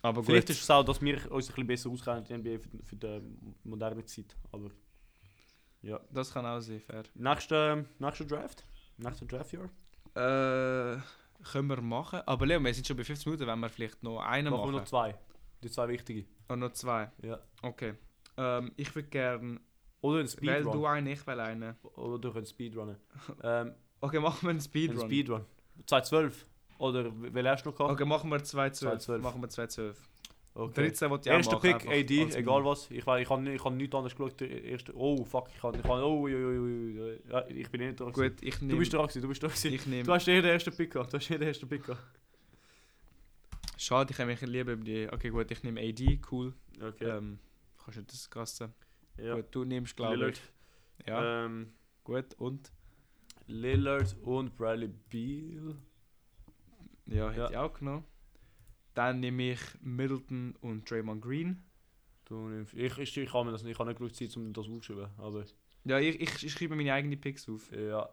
S2: Aber gut.
S1: Vielleicht ist es auch, dass wir uns ein bisschen besser auskennen in der NBA für, für die moderne Zeit. Aber
S2: das kann auch sein, fair.
S1: nächster, nächster Draft? Nächster Draftjahr?
S2: Äh, können wir machen. Aber Leo, wir sind schon bei 15 Minuten, wenn wir vielleicht noch einen
S1: Machen
S2: machen.
S1: wir noch zwei. Die zwei wichtigen.
S2: Und noch zwei.
S1: Ja.
S2: Okay. Ähm, ich würde gerne.
S1: Oder ein
S2: Weil
S1: Speedrun.
S2: du einen, ich will einen.
S1: Oder durch einen Speedrunnen. ähm,
S2: Okay, machen wir einen
S1: ein
S2: Speedrun.
S1: Speedrun. 2012. Oder wer hast du noch gehabt?
S2: Okay, machen wir 2-12.
S1: 2-12.
S2: Machen wir 2-12.
S1: Okay.
S2: 13 wollte ich auch
S1: Erster
S2: machen.
S1: Pick,
S2: einfach
S1: AD,
S2: als
S1: egal
S2: Minimum.
S1: was. Ich, weiß, ich habe ich hab nichts anderes geschaut. Der Erste, oh, fuck, ich habe. Ich, hab, oh, ui, ui, ui, ui. ja, ich bin nicht dran. gewesen.
S2: Gut, ich
S1: Du
S2: nehme.
S1: bist dran, gewesen, du bist dran. gewesen.
S2: Ich nehme.
S1: Du hast eh den ersten Pick gehabt. Du hast eh den ersten Pick gehabt.
S2: Schade, ich habe mich lieber über die. Okay, gut, ich nehme AD, cool.
S1: Okay.
S2: Ähm, kannst du das kassen?
S1: Ja.
S2: Gut, du nimmst, glaube
S1: Lillard.
S2: ich. Ja,
S1: Ähm,
S2: gut, und?
S1: Lillard und Bradley Beal.
S2: Ja, hätte
S1: Ja.
S2: ich auch genommen. Dann nehme ich Middleton und Draymond Green.
S1: Du nimmst- Ich, ich, ich kann mir das nicht, ich habe nicht genug Zeit, um das aufzuschreiben. Aber
S2: Ja, ich, ich, ich schreibe meine eigenen Picks auf.
S1: ja.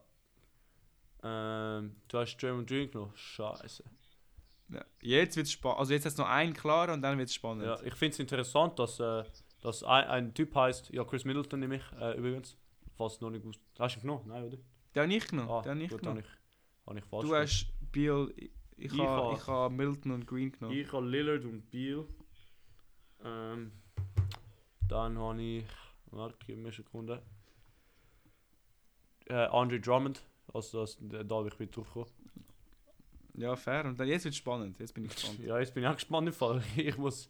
S1: Ähm, du hast Draymond Green genommen. Scheiße.
S2: Ja. Jetzt wird spannend. Also jetzt hast du noch einen klar und dann wird es spannend.
S1: Ja, ich finde es interessant, dass, äh, dass ein, ein Typ heißt, ja, Chris Middleton nehme ich äh, übrigens. Falls du noch nicht gewusst hast. du ihn genommen? Nein, oder?
S2: Den habe ich genommen.
S1: Ah,
S2: den habe ich
S1: gut, habe
S2: genommen.
S1: ich, hab ich falsch
S2: du
S1: gemacht.
S2: hast Beal, ich, ich,
S1: Ich
S2: habe,
S1: habe-
S2: ich habe Middleton und Green genommen.
S1: Ich habe Lillard und Beal. Ähm, dann habe ich. Warte, gib mir eine Sekunde. Äh, Andre Drummond. Also das, da bin ich wieder durchgekommen.
S2: Ja, fair. Und dann, jetzt wird es spannend. Jetzt bin ich gespannt.
S1: Ja, jetzt bin ich auch gespannt im Fall. Ich muss.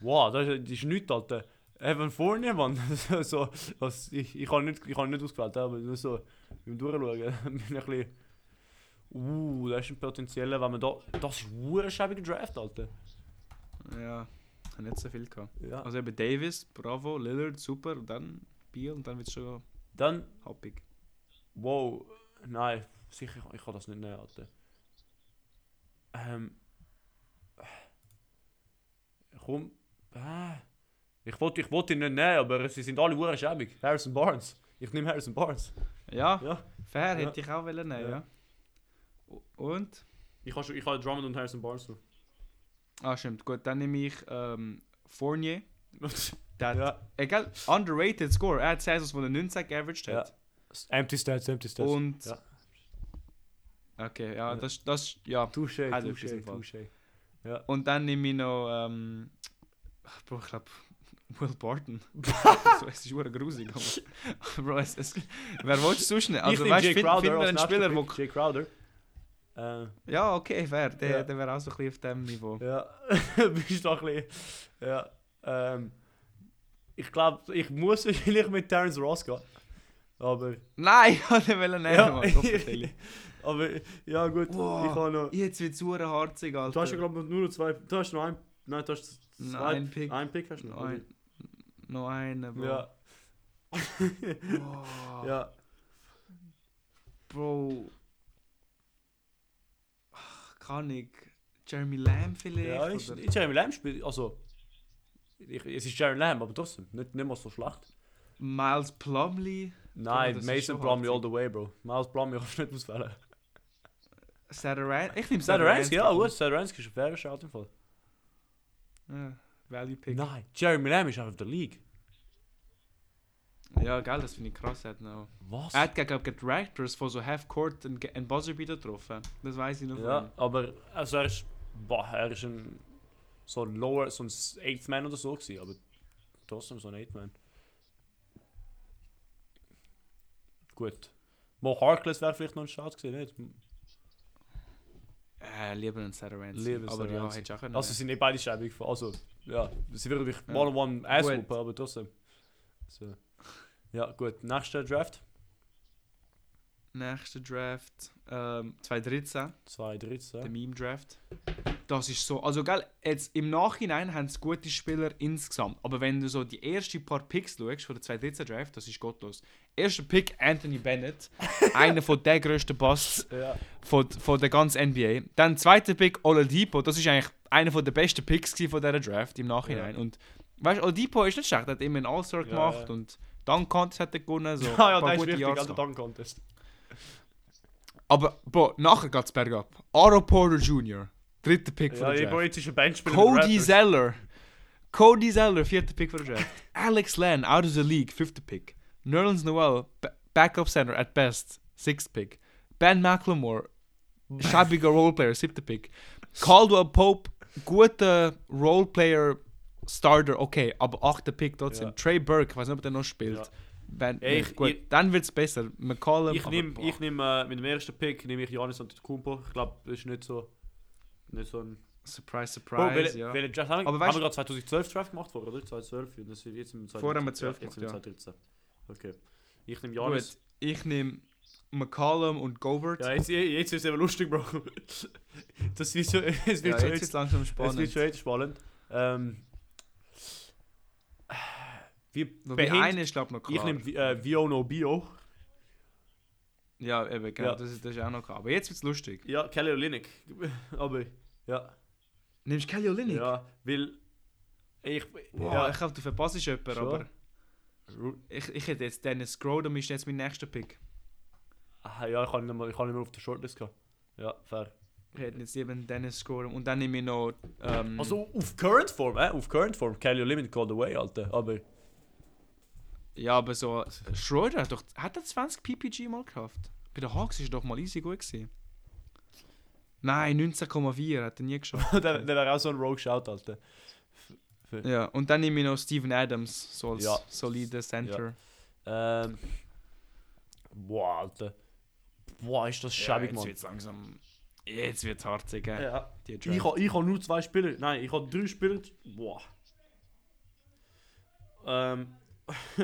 S1: Wow, das ist, das ist nichts, Alter. Evan Fournier, Mann. so, so, was, ich ich habe nicht, ich hab nicht ausgewählt, aber nur so beim Durchschauen bin ich ein bisschen. Uh, das ist ein potenzieller, wenn man da. Das ist ein schäbiger Draft, Alter.
S2: Ja, ich habe nicht so viel gehabt.
S1: Ja.
S2: Also eben Davis, Bravo, Lillard, super. Und dann Beal und dann wird es schon
S1: Dann
S2: happig.
S1: Wow, nou, nein, sicher, ich kann das nicht nehmen, Alter. Ähm. Komm. Ah. Ich wollte ich wollt ihn nicht nehmen, aber sie sind alle hure schäbig. Harrison Barnes. Ich nehme Harrison Barnes.
S2: Ja,
S1: Ja.
S2: fair.
S1: Ja.
S2: Hätte ich auch wollen nehmen,
S1: Ja.
S2: ja. O- Und?
S1: Ich habe ich hab Drummond und Harrison Barnes noch.
S2: Ah, stimmt. Gut, dann nehme ich ähm, Fournier. Der hat
S1: ja.
S2: Egal, underrated Score. Er hat Saisons, wo er 19 geaveraged hat.
S1: Empty Stats, empty Stats.
S2: Und.
S1: ja.
S2: Okay, ja,
S1: Ja.
S2: das, das, ja.
S1: Touché,
S2: Also, in
S1: touché,
S2: diesem Fall.
S1: touché.
S2: Und dann nehme ich noch, ähm, ach, Bro, ich glaube, Will Barton. so, es ist schon grusig, aber. Bro, es, es, wer willst du sonst nicht? Also,
S1: ich nehme
S2: weißt du,
S1: Jay
S2: find,
S1: Crowder
S2: finden wir einen
S1: als
S2: Spieler,
S1: nächsten
S2: wo.
S1: Pick. Jay Crowder. Äh,
S2: Ja, okay, fair. Der,
S1: Ja.
S2: der wäre auch so ein bisschen auf dem Niveau.
S1: ja, bist doch ein bisschen. Ja. Ähm, ich glaube, ich muss wahrscheinlich mit Terence Ross gehen. Aber.
S2: Nein, ich wollte ihn nehmen,
S1: ja,
S2: Mann. Doppeltelli.
S1: aber ja, gut.
S2: Wow.
S1: Ich habe noch.
S2: Jetzt wird es verdammt harzig, Alter.
S1: Du hast ja, glaube ich, nur noch zwei. Du hast noch einen. Nein, du hast
S2: Noch
S1: zwei.
S2: einen Pick.
S1: Einen Pick hast du noch.
S2: Noch einen, noch einen, Bro.
S1: Ja.
S2: Wow.
S1: ja.
S2: Bro. Ach, kann ich. Jeremy Lamb vielleicht?
S1: Ja, ich,
S2: oder?
S1: ich Jeremy Lamb spielt. Also. Ich, es ist Jeremy Lamb, aber trotzdem. Nicht, nicht mal so schlecht.
S2: Miles Plumley?
S1: Nein,
S2: das ist
S1: Mason
S2: schon
S1: Plumlee
S2: hart.
S1: all the way, bro. Miles Plumlee kannst du nicht auswählen.
S2: Saturansky? Ich nehme
S1: Sadaransky, ja gut, Sadaransky ist ein fairer Shout im Fall.
S2: Ja, Value Pick.
S1: Nein, Jeremy Lamb ist out of the league.
S2: Ja, geil, das finde ich krass. er Hat noch.
S1: Was?
S2: Er hat, glaube ich, gegen Raptors von so Half-Court einen, einen Buzzerbeater getroffen. Das weiß ich noch.
S1: ja, aber also er ist, boah, er ist ein so ein lower, so ein Eighth Man oder so gewesen, aber trotzdem so ein Eighth Man. Gut. Mo Harkless wäre vielleicht noch ein Shout gewesen, nicht?
S2: Äh, lieber einen Saturansky.
S1: Lieber
S2: Aber ja,
S1: Satoransky.
S2: hätte ich auch können.
S1: Also sind nicht beide Scheiben gefallen. Also, ja, sie würden mich one on one ass
S2: Gut.
S1: whoopen, aber trotzdem. So. Ja, gut. Nächster Draft.
S2: Nächster Draft. Ähm, 2013.
S1: 2-13.
S2: der Meme-Draft. Das ist so. Also, gell, jetzt im Nachhinein haben es gute Spieler insgesamt. Aber wenn du so die ersten paar Picks schaust von der 2013 Draft, das ist gottlos. Erster Pick Anthony Bennett, einer von der grössten Busts
S1: Ja.
S2: von, von der ganzen NBA. Dann zweiter Pick Oladipo, das ist eigentlich einer von der besten Picks gewesen von dieser Draft im Nachhinein.
S1: Ja.
S2: Und weißt du, Oladipo ist nicht schlecht, er hat immer einen All-Star
S1: Ja,
S2: gemacht
S1: ja.
S2: und Dunk Contest hat er gewonnen. So
S1: Ah ja,
S2: ein paar
S1: der ist
S2: gute
S1: wichtig,
S2: Jahre
S1: also
S2: gehabt.
S1: Dunk Contest.
S2: Aber Bro, nachher geht's bergab. Otto Porter Jr., dritter Pick von
S1: Ja,
S2: der Draft.
S1: ich bin jetzt ist ein Bandspieler.
S2: Cody
S1: mit Raptors.
S2: Zeller. Cody Zeller, vierter Pick für den Draft. Alex Len, out of the league, fifth Pick. Nerlens Noel, ba- backup center at best, sixth Pick. Ben McLemore, schäbiger Roleplayer, siebter Pick. Caldwell Pope, guter Roleplayer, Starter, okay, aber achter Pick trotzdem.
S1: Ja.
S2: Trey Burke, weiß nicht, ob der noch spielt.
S1: Ja.
S2: Wenn,
S1: Ja, ich-
S2: gut,
S1: ich-
S2: dann wird's besser. McCollum,
S1: Ich nehme ich nehm, äh, mit dem ersten Pick nehme ich Janis Antetokounmpo. Ich glaube, das ist nicht so nicht so ein
S2: Oh, Surprise,
S1: Bro,
S2: surprise,
S1: welche,
S2: ja.
S1: welche Draft haben, wir-
S2: Aber
S1: haben
S2: weißt-
S1: wir gerade 2012 Draft gemacht vorher, oder 2012 und das wird jetzt im
S2: Vorher haben wir
S1: 2013.
S2: 12
S1: jetzt im
S2: gemacht,
S1: 2013. Okay. Ich nehme
S2: Gut,
S1: Janis.
S2: ich nehme McCollum und Gobert.
S1: Ja, jetzt, jetzt wird es eben lustig, Bro. Das wird schon, es wird
S2: Ja,
S1: schon
S2: jetzt wird
S1: jetzt,
S2: es langsam
S1: es
S2: spannend.
S1: wird schon jetzt spannend. Ähm, wie
S2: Wobei
S1: behind-
S2: eine ist, glaube noch klar.
S1: Ich nehme äh, Vio no Bio.
S2: ja, eben, genau,
S1: Ja.
S2: Das, ist, das ist auch noch klar. Aber jetzt wird's lustig.
S1: Ja, Kelly Olynyk. Aber, ja.
S2: Nimmst du Kelly Olynyk?
S1: Ja, weil... Ich...
S2: Wow,
S1: Ja,
S2: ich glaube, du verpasst jemanden,
S1: Schon?
S2: aber... Ich, ich hätte jetzt Dennis Grodom ist jetzt mein nächster Pick.
S1: ah, ja, ich habe nicht, mehr- ich hab nicht mehr auf der Shortlist gehabt. Ja, fair.
S2: Ich hätte jetzt eben Dennis Grodom und dann nehme ich noch... Ähm,
S1: Also auf Current Form, äh? Auf Current Form. Kelly Olynyk all the way, Alter. Aber...
S2: ja, aber so... Schroeder hat doch... Hat er 20 PPG mal geschafft? Bei den Hawks ist er doch mal easy gut gewesen. Nein, 19,4 hat er nie geschafft.
S1: der der wäre auch so ein Rogue-Shout, Alter.
S2: ja, und dann nehme ich noch Steven Adams, so als
S1: Ja.
S2: solider Center.
S1: Ähm... Boah, Alter. Boah, ist das schäbig, Mann.
S2: wird's langsam... Jetzt wird's harzig, gell?
S1: Ja.
S2: Die Draft.
S1: Ich habe ich ha nur zwei Spieler. Nein, ich habe drei Spieler. Boah. Ähm.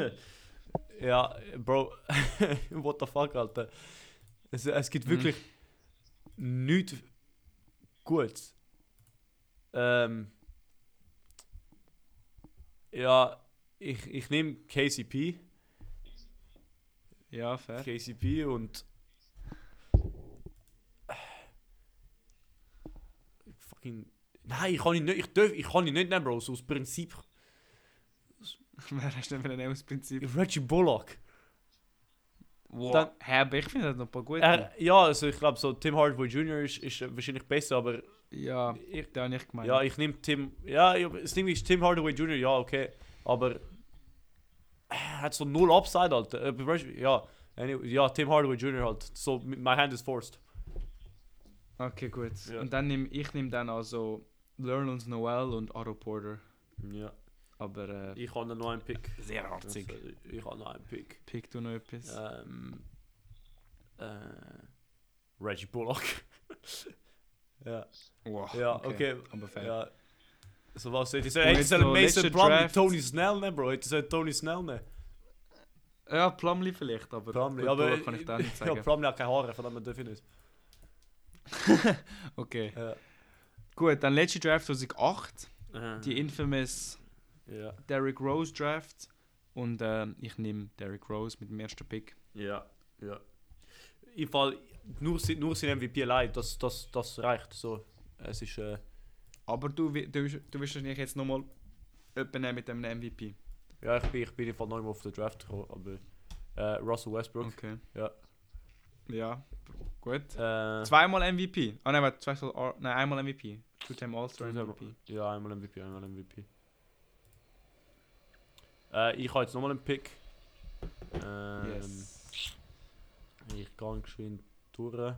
S1: ja, Bro. What the fuck, Alter. Es, es gibt
S2: Mhm.
S1: wirklich nichts Gutes. Ähm. Ja, ich, ich nehme KCP.
S2: Ja, fair.
S1: KCP und. Fucking. Nein, ich kann ihn nicht, ich darf, ich kann ihn nicht nehmen, Bro, so aus Prinzip.
S2: Wer hast du denn für ein neues Prinzip?
S1: Reggie Bullock.
S2: Wow.
S1: Dann-
S2: Hä, aber ich finde das noch ein paar gute.
S1: Er, ja, also ich glaube, so Tim Hardaway Jr. ist, ist äh, wahrscheinlich besser, aber
S2: ja,
S1: ich,
S2: da habe ich gemeint.
S1: ja, ich nehme Tim. Ja, ich- das Ding ist Tim Hardaway Jr., ja, okay. Aber. Er hat so null Upside, Alter. Äh, bei Reggie- Ja, anyway, ja, Tim Hardaway Jr. halt. So, my hand is forced.
S2: Okay, gut.
S1: Ja.
S2: Und dann nehme ich nehm dann also Learnons Noel und Otto Porter.
S1: Ja.
S2: Aber äh,
S1: Ich habe noch einen Pick.
S2: sehr
S1: Also,
S2: harzig.
S1: ich habe noch einen Pick.
S2: Pick du noch etwas.
S1: Ähm, äh, Ehm, eh, Reggie Bullock. Ja,
S2: Wow,
S1: ja, okay.
S2: Aber fair.
S1: ja. So was hätte ich
S2: Und
S1: sagen? Hätte ich
S2: jetzt
S1: sollen
S2: noch
S1: Mason
S2: letzter
S1: Plum mit
S2: Draft.
S1: Tony Snell nehmen, Bro. Hätte ich sollen Tony Snell nehmen.
S2: Ja, Plumlee vielleicht, aber
S1: Plumlee,
S2: gut,
S1: aber...
S2: Bullock kann ich da nicht
S1: Ja,
S2: sagen.
S1: Plumlee hat keine Haare, von dem darf ich nicht.
S2: okay.
S1: Ja.
S2: Gut, dann letzte Draft 2008, die
S1: Die...
S2: infamous
S1: Eh, Ja.
S2: Derrick Rose Draft. Und ähm, ich nehme Derrick Rose mit dem ersten Pick.
S1: Ja. Ja. Im Fall, nur, si- nur sein MVP allein, das, das, das reicht. So. Es ist... Äh,
S2: Aber du, wi- du, wirst- du wirst wahrscheinlich jetzt nochmal jemanden nehmen mit dem MVP.
S1: ja, ich bin, ich bin im Fall noch nicht mal auf den Draft gekommen, aber... Äh, Russell Westbrook.
S2: Okay.
S1: Ja.
S2: Ja, gut.
S1: Äh,
S2: Zweimal MVP. Ah nein, warte, zweimal, All- nein, einmal MVP. Two-time All-Star
S1: Two-time
S2: MVP.
S1: Ja, einmal MVP, einmal MVP. Äh, ich habe jetzt nochmal einen Pick. Ähm,
S2: Yes.
S1: Ich gehe geschwind durch.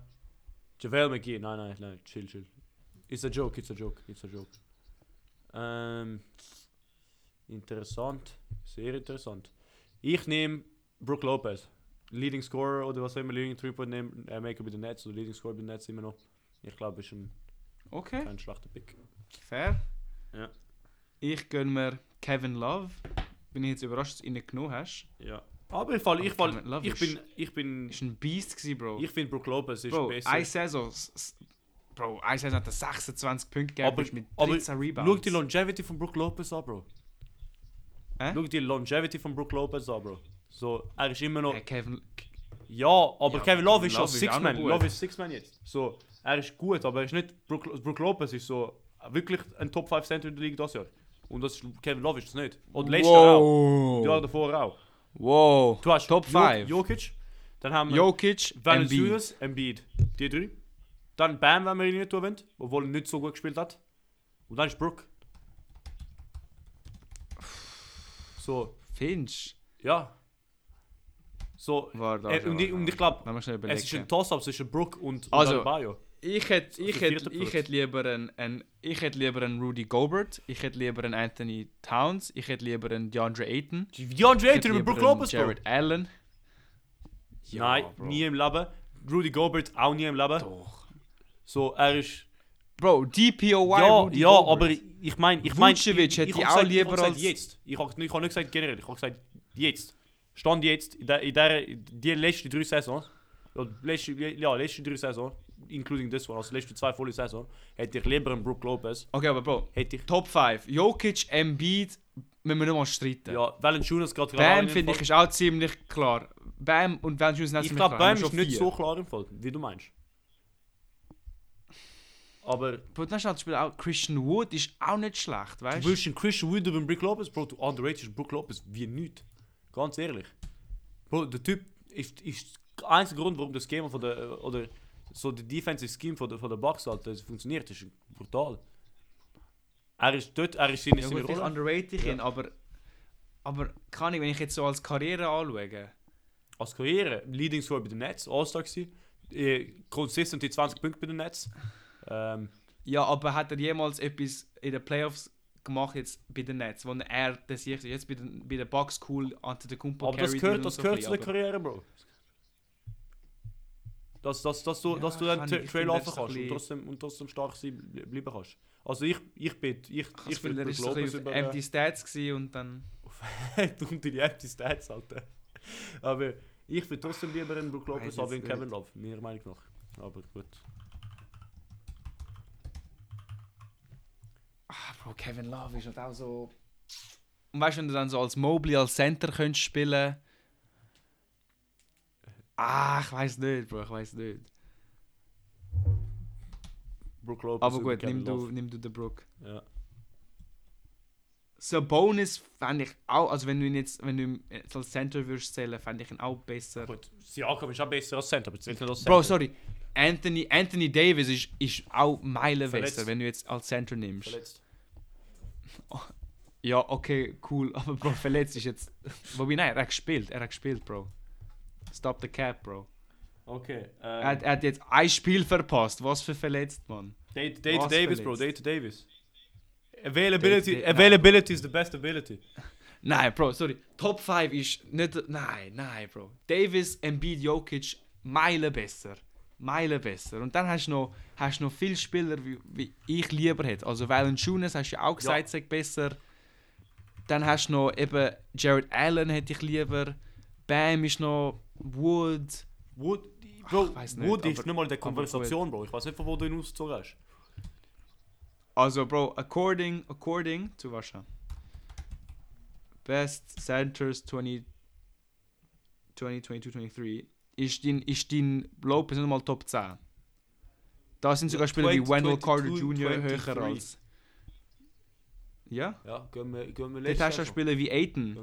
S1: JaVale McGee, nein, nein, nein, chill, chill. It's a joke, it's a joke, it's a joke. Ähm, interessant, sehr interessant. Ich nehme Brook Lopez. Leading Scorer oder was auch immer, Leading 3-Point nehmen, äh, Maker bei den Nets oder Leading Scorer bei den Nets immer noch. Ich glaube, ist ein,
S2: Okay,
S1: kein schlechter Pick.
S2: fair.
S1: Ja.
S2: Ich gönne mir Kevin Love. Bin ich jetzt überrascht, dass du ihn nicht genommen hast.
S1: Ja. Aber ich fall, ich fall,
S2: Cameron Love
S1: ich
S2: ist-
S1: bin, ich bin,
S2: Ist ein Beast gewesen, Bro.
S1: ich finde Brook Lopez ist
S2: Bro,
S1: besser.
S2: eine Saison. s- s- Bro, eine Saison hat er 26 Punkte gegeben
S1: Aber-
S2: bist mit
S1: aber
S2: 13 Rebounds.
S1: Schau die Longevity von Brook Lopez an, Bro.
S2: Hä?
S1: Schau die Longevity von Brook Lopez an, Bro. So, er ist immer noch.
S2: Hey, Kevin,
S1: Ja, aber
S2: Ja,
S1: Kevin Love ist
S2: Love
S1: schon
S2: ist auch
S1: Six-Man.
S2: noch gut.
S1: Love ist Six-Man jetzt. So, er ist gut, aber er ist nicht. Brook, Brook Lopez ist so wirklich ein Top 5 Center in der Liga das Jahr. Und das ist, Kevin Love ist es nicht. Und letztes Jahr auch.
S2: wow.
S1: Die Jahr davor auch.
S2: Wow.
S1: Du hast
S2: Top
S1: Jo-
S2: five.
S1: Jokic. Dann haben wir.
S2: Jokic, Embiid.
S1: Valanciunas, Embiid. Die drei. Dann Bam, wenn wir ihn nicht tun wollen, obwohl er nicht so gut gespielt hat. Und dann ist Brook. So,
S2: Finch.
S1: ja. So,
S2: War da.
S1: äh, und, ich, und ich glaube,
S2: Lass mal schnell
S1: es ist ein
S2: überlegen.
S1: Toss-Up zwischen Brook und, und
S2: Also,
S1: Adebayo.
S2: Ich hätte, ich
S1: vierter
S2: hätte,
S1: Platz.
S2: ich hätte lieber einen, einen, ich hätte lieber einen Rudy Gobert, ich hätte lieber einen Anthony Towns, ich hätte lieber einen DeAndre Ayton,
S1: DeAndre
S2: ich
S1: Ayton über
S2: lieber
S1: Brook
S2: einen
S1: Lopez, Bro.
S2: Jared Allen.
S1: Nein, nie im Leben. Rudy Gobert auch nie im Leben.
S2: Doch.
S1: So, er ist...
S2: Bro, DPOY
S1: ja,
S2: Rudy
S1: ja,
S2: Gobert.
S1: aber ich meine... Ich mein, ich,
S2: Vucevic hätte
S1: ich
S2: ich
S1: hab
S2: auch
S1: gesagt-
S2: lieber
S1: ich hab gesagt
S2: als-
S1: Jetzt. Ich habe ich hab nicht gesagt generell, ich habe gesagt jetzt. Stand jetzt, in der, in der die letzten drei Saisons, ja, letzte, ja, letzte drei Saisons, including this one, also letzte zwei volle Saison, hätte ich lieber einen Brook Lopez.
S2: Okay, aber Bro,
S1: Hätte ich...
S2: Top 5. Jokic, Embiid, müssen wir nicht mal streiten.
S1: Ja, Valanciunas gerade
S2: Bam, finde ich, ist auch ziemlich klar. Bam und Valanciunas sind auch
S1: Ich
S2: ziemlich
S1: glaube,
S2: klar.
S1: Bam
S2: Haben wir
S1: ist
S2: schon
S1: nicht
S2: vier.
S1: so klar im Fall, wie du meinst. Aber...
S2: Bro, dann ist halt das Spiel auch Christian Wood ist auch nicht schlecht,
S1: Du
S2: weißt du?
S1: willst einen Christian Wood über einen Brook Lopez? Bro, du underratest Brook Lopez wie nichts. Ganz ehrlich. Bro, der Typ ist, ist der einzige Grund, warum das Schema von der, oder so die Defensive Scheme von der, von der Bucks eh, halt das funktioniert, ist brutal. Er ist dort, er ist in
S2: Ja,
S1: seiner
S2: gut, ich
S1: Rolle.
S2: underrate ich
S1: Ja.
S2: ihn, aber. Aber kann ich, wenn ich jetzt so als Karriere anschaue.
S1: Als Karriere, Leading Scorer bei den Nets, All-Star gewesen. Äh, Consistent die 20 Punkte bei den Nets. Ähm,
S2: Ja, aber hat er jemals etwas in den Playoffs gemacht jetzt bei den Nets, wo er das ich jetzt bei den, bei den Bucks cool unter der Kumpo
S1: aber das gehört, das gehört zu der Karriere, Bro. Dass, dass, dass du,
S2: Ja,
S1: dass du dann
S2: kann
S1: Tra-
S2: ich- ich
S1: Trail
S2: finde,
S1: laufen
S2: das ist ein
S1: kannst und
S2: bisschen-
S1: trotzdem, und trotzdem stark sein bl- bleiben kannst. Also ich, ich bin, ich, ich
S2: Ich, ich finde, er
S1: bin
S2: ist so ein bisschen auf empty Stats gewesen und dann.
S1: äh, und die empty Stats, Alter. Aber ich bin trotzdem lieber ein Brook Lopez,
S2: Weiß
S1: aber
S2: jetzt
S1: in Kevin
S2: nicht.
S1: Love, meiner Meinung nach. Aber gut.
S2: Ah, Bro, Kevin Love ist halt auch so. Und weißt du, wenn du dann so als Mobley, als Center könntest spielen. Ah, ich weiß nicht, Bro, ich weiß nicht.
S1: Brook Lopez
S2: Aber
S1: über
S2: gut, nimm du,
S1: Also, Love.
S2: nimm du den Brook.
S1: Ja.
S2: So Bonus fände ich auch, also wenn du ihn jetzt, wenn du ihn jetzt als Center würdest zählen, fände ich ihn auch besser.
S1: Gut, Siakam ist auch besser als Center, aber zählt nicht als Center.
S2: Bro, sorry. Anthony, Anthony Davis ist, ist auch Meilen
S1: Verletzt.
S2: besser, wenn du jetzt als Center nimmst.
S1: Verletzt.
S2: Ja, okay, cool, aber Bro, verletzt ist jetzt. Wobei, nein, er hat gespielt, er hat gespielt, Bro. Stop the cap, Bro.
S1: Okay. ähm,
S2: Er, hat- er hat jetzt ein Spiel verpasst. Was für verletzt, Mann.
S1: Date, date
S2: Äh, Was
S1: Davis,
S2: verletzt?
S1: bro. Date Davis. Availability,
S2: Date-
S1: availability is the best ability.
S2: Nein, Bro, sorry. Top 5 ist nicht. Nein, nein, Bro. Davis, Embiid, Jokic, Meilen besser. Meilen besser. Und dann hast du noch, hast du noch viele Spieler, wie, wie ich lieber hätte. Also Valanciunas hast du ja auch gesagt, sei besser. Dann hast du noch eben Jared Allen hätte ich lieber. Bam ist noch Wood.
S1: Wood, Bro,
S2: ich weiss nicht,
S1: Wood ist
S2: aber-
S1: nicht mal in der
S2: aber
S1: Konversation, Bro. Ich weiß nicht, von wo du ihn ausgezogen hast.
S2: Also, Bro, according, according to Wascha. Best Centers 20, 2022, 23 ist dein, ist dein Lopez nicht mal Top 10. Da sind sogar Spieler wie
S1: 20,
S2: Wendell Carter
S1: 22,
S2: Jr.
S1: 23.
S2: höher als. Ja?
S1: Ja, gehen wir, gehen wir
S2: Dort hast du auch Spieler wie Aiden.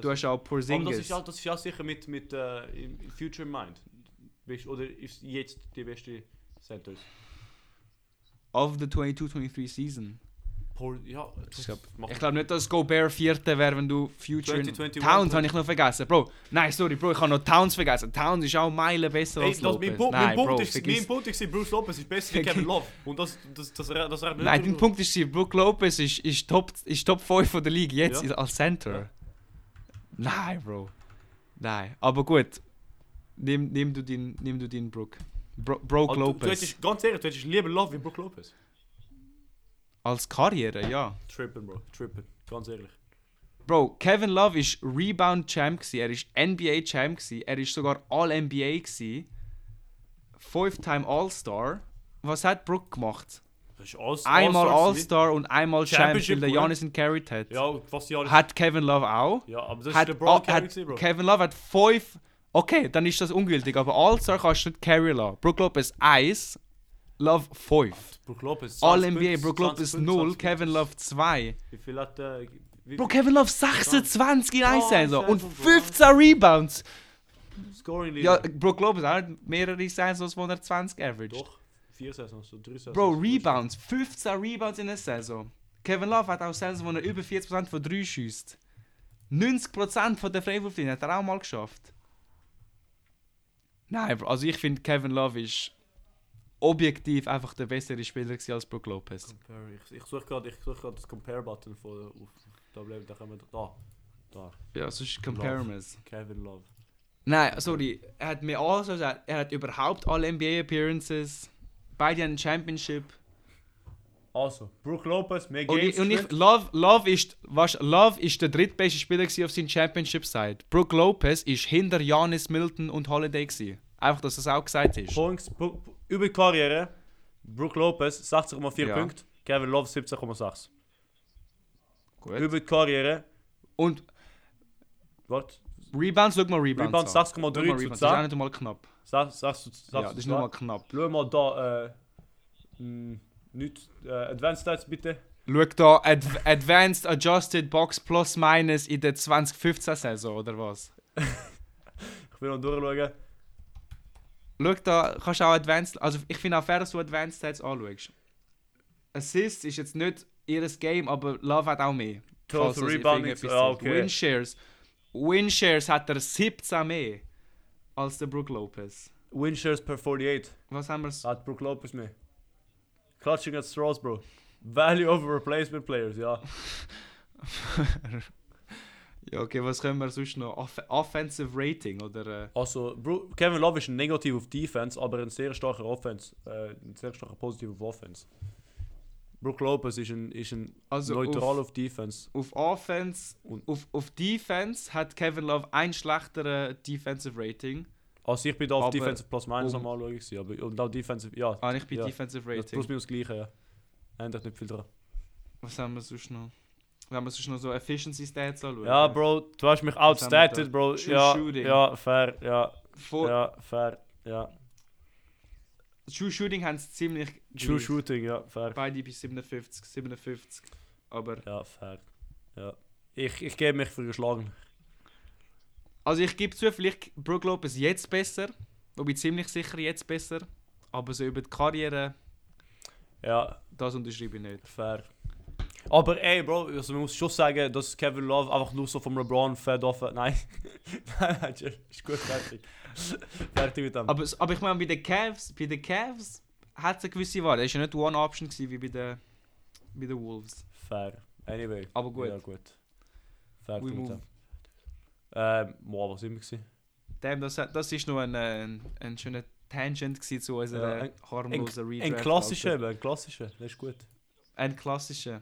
S2: Du hast auch
S1: Aber das
S2: Porzingis.
S1: ist, ja, das ist ja sicher mit, mit äh, im- im Future in Mind. Bist- Oder ist jetzt die beste Centers?
S2: Of the 22-23 Season.
S1: Paul, ja,
S2: Ich
S1: das
S2: glaube
S1: macht-
S2: glaub nicht, dass Gobert Vierte wäre, wenn du Future...
S1: 2021
S2: Towns habe ich noch vergessen. Bro, nein, sorry, Bro, ich habe noch Towns vergessen. Towns ist auch Meilen besser
S1: Ey,
S2: als
S1: das,
S2: Lopez.
S1: mein, Punkt,
S2: nein,
S1: mein, Punkt
S2: Bro,
S1: ist,
S2: vergiss-
S1: mein Punkt ist, Bruce Lopez ist besser wie Kevin Love. Und das, das, das, das, das reicht
S2: Nein,
S1: nicht.
S2: dein Punkt ist, sie, Brook Lopez ist, ist, Top, ist Top 5 von der Liga, jetzt
S1: Ja.
S2: ist als Center. Nein, Bro. Nein, aber gut. Nimm, nimm du den nimm du deinen Brook. Bro, Brook
S1: Also, du- Du
S2: Lopez.
S1: hättest, ganz ehrlich, du hättest lieber Love wie Brook Lopez.
S2: Als Karriere, ja.
S1: Trippen, Bro. Trippen. Ganz ehrlich.
S2: Bro, Kevin Love ist Rebound Champ gsi, er ist NBA Champ gsi, er ist sogar All NBA gsi, Five-Time All-Star. Was hat Brook gemacht?
S1: Das ist alles,
S2: Einmal
S1: alles-
S2: All-Star und einmal Champ,
S1: Championship,
S2: weil der
S1: oder?
S2: Giannis ihn carried hat.
S1: Ja, fast ja.
S2: Hat Kevin Love auch?
S1: ja, aber das
S2: Hat,
S1: ist LeBron
S2: oh,
S1: Carey
S2: hat
S1: gewesen, Bro.
S2: Kevin Love hat fünf. Okay, dann ist das ungültig, aber All-Star kannst du nicht carry lassen. Brook Lopez 1, Love 5.
S1: Brook Lopez.
S2: All-NBA, Brook Lopez 0, Kevin Love 2.
S1: Wie viel hat der. eh, Wie
S2: Bro, Kevin Love 26 in einer
S1: Oh,
S2: Saison und
S1: Saison, Bro.
S2: 15 Rebounds.
S1: Scoring
S2: Ja,
S1: Leader.
S2: Brook Lopez hat auch mehrere Saisons 120 average.
S1: Doch. Vier Saisons, so drei Saisons.
S2: Bro, Rebounds, 15 Rebounds in einer Saison. Kevin Love hat auch Saisons, wo er über 40% von 3 schießt. 90% von der Freiwurflinie hat er auch mal geschafft. Nein, Bro, also ich finde Kevin Love ist objektiv einfach der bessere Spieler gewesen als Brook Lopez.
S1: Compare. Ich, ich suche gerade such grad das Compare-Button von auf da bleiben, da können wir da. Da.
S2: Ja, sonst compare
S1: Love.
S2: mir's.
S1: Ah, Kevin Love.
S2: Nein, sorry. Er hat mir alles gesagt. Er hat überhaupt alle NBA-Appearances. Beide haben Championship.
S1: Also, Brook Lopez, mehr
S2: Und,
S1: Games.
S2: ich, und ich,
S1: drin.
S2: Love, Love, ist, was, Love ist der drittbeste Spieler gewesen auf seiner Championship-Side. Brook Lopez ist hinter Giannis, Milton und Holiday. Gewesen. Einfach, dass das auch gesagt ist.
S1: Points, Bro- über die Karriere. Brook Lopez 60,4
S2: Ja.
S1: Punkte. Kevin Love 17,6.
S2: Gut.
S1: Über die Karriere.
S2: Und
S1: Warte.
S2: Rebounds, schau mal Rebounds.
S1: Rebound
S2: an.
S1: 6,3
S2: Schau mal
S1: zu
S2: Rebounds. Das ist auch
S1: 10.
S2: nicht mal knapp.
S1: 6, 6 zu 10.
S2: Ja, dus das ist nicht mal knapp.
S1: Schau mal da. Äh, mh, nicht, äh, Advanced Stats bitte.
S2: Schau da, Ad Advanced Adjusted Box Plus Minus in der 2015-Saison, oder was?
S1: Ich will noch durchschauen.
S2: Schau da, kannst du auch Advanced. Also ich finde auch fair, dass du Advanced Stats anschaust. Assists ist jetzt nicht ihres Game, aber Love hat auch mehr.
S1: Total
S2: Falls das
S1: Rebounding,
S2: irgendetwas
S1: ah,
S2: sagt.
S1: okay.
S2: Winshares. Winshares hat er 17 mehr als der Brook Lopez.
S1: Win shares per 48.
S2: Was haben wir so?
S1: Hat Brook Lopez mehr. Clutching at straws, bro. Value over replacement players, ja.
S2: Ja, okay, was können wir sonst noch? Off Offensive Rating oder. Äh,
S1: Also, Bro, Kevin Love ist ein negativ auf Defense, aber ein sehr starker Offense. Äh, ein sehr starker positiv auf Offense. Brook Lopez ist ein, ist ein
S2: also
S1: neutral
S2: auf,
S1: auf Defense.
S2: auf Offense.
S1: Und-
S2: Auf, auf Defense hat Kevin Love ein schlechteres Defensive Rating.
S1: Also, ich bin da auf
S2: Aber
S1: Defensive plus minus
S2: um-
S1: am Anschauen, gewesen, aber und auch Defensive, ja.
S2: Ah, nicht bei
S1: Ja.
S2: Defensive
S1: Das
S2: Rating.
S1: plus minus gleiche, ja. Ändert nicht viel dran.
S2: Was haben wir sonst noch? Wenn wir sonst noch so Efficiency Stats anschauen.
S1: Ja, Bro, du hast mich
S2: Was haben wir
S1: outstated,
S2: da?
S1: Bro.
S2: True
S1: Ja,
S2: shooting. Oh.
S1: ja, fair, ja,
S2: Vor
S1: ja, fair, ja.
S2: True Shooting haben sie ziemlich.
S1: True
S2: gleich.
S1: shooting, ja, fair.
S2: Beide bei 57, 57. Aber.
S1: Ja, fair. Ja. Ich, ich gebe mich für geschlagen.
S2: Also ich gebe zu, vielleicht Brook Lopez jetzt besser. Wobei ziemlich sicher jetzt besser. Aber so über die Karriere,
S1: Ja,
S2: das unterschreibe ich nicht.
S1: fair. Aber ey, Bro, also man muss schon sagen, dass Kevin Love einfach nur so vom LeBron eh, fed off. Nein. Nein, Jill, ist gut, fertig. fertig mit dem.
S2: Aber, s- aber ich meine, bei den Cavs, bei den Cavs hat es eine gewisse Wahl. Es war ja nicht One Option gewesen, wie bei den, bei den Wolves.
S1: Fair. Anyway.
S2: Aber gut.
S1: Ja, gut. Fertig
S2: We
S1: mit
S2: move.
S1: dem. Ähm, boah, was immer gewesen.
S2: Damn, das, das ist noch ein, äh, ein, ein schöner Tangent gewesen zu unserer
S1: Ja, ein-
S2: harmlosen Redraft.
S1: Ein klassischer, eben, ein klassischer. Das ist gut.
S2: Alter. Ein klassischer.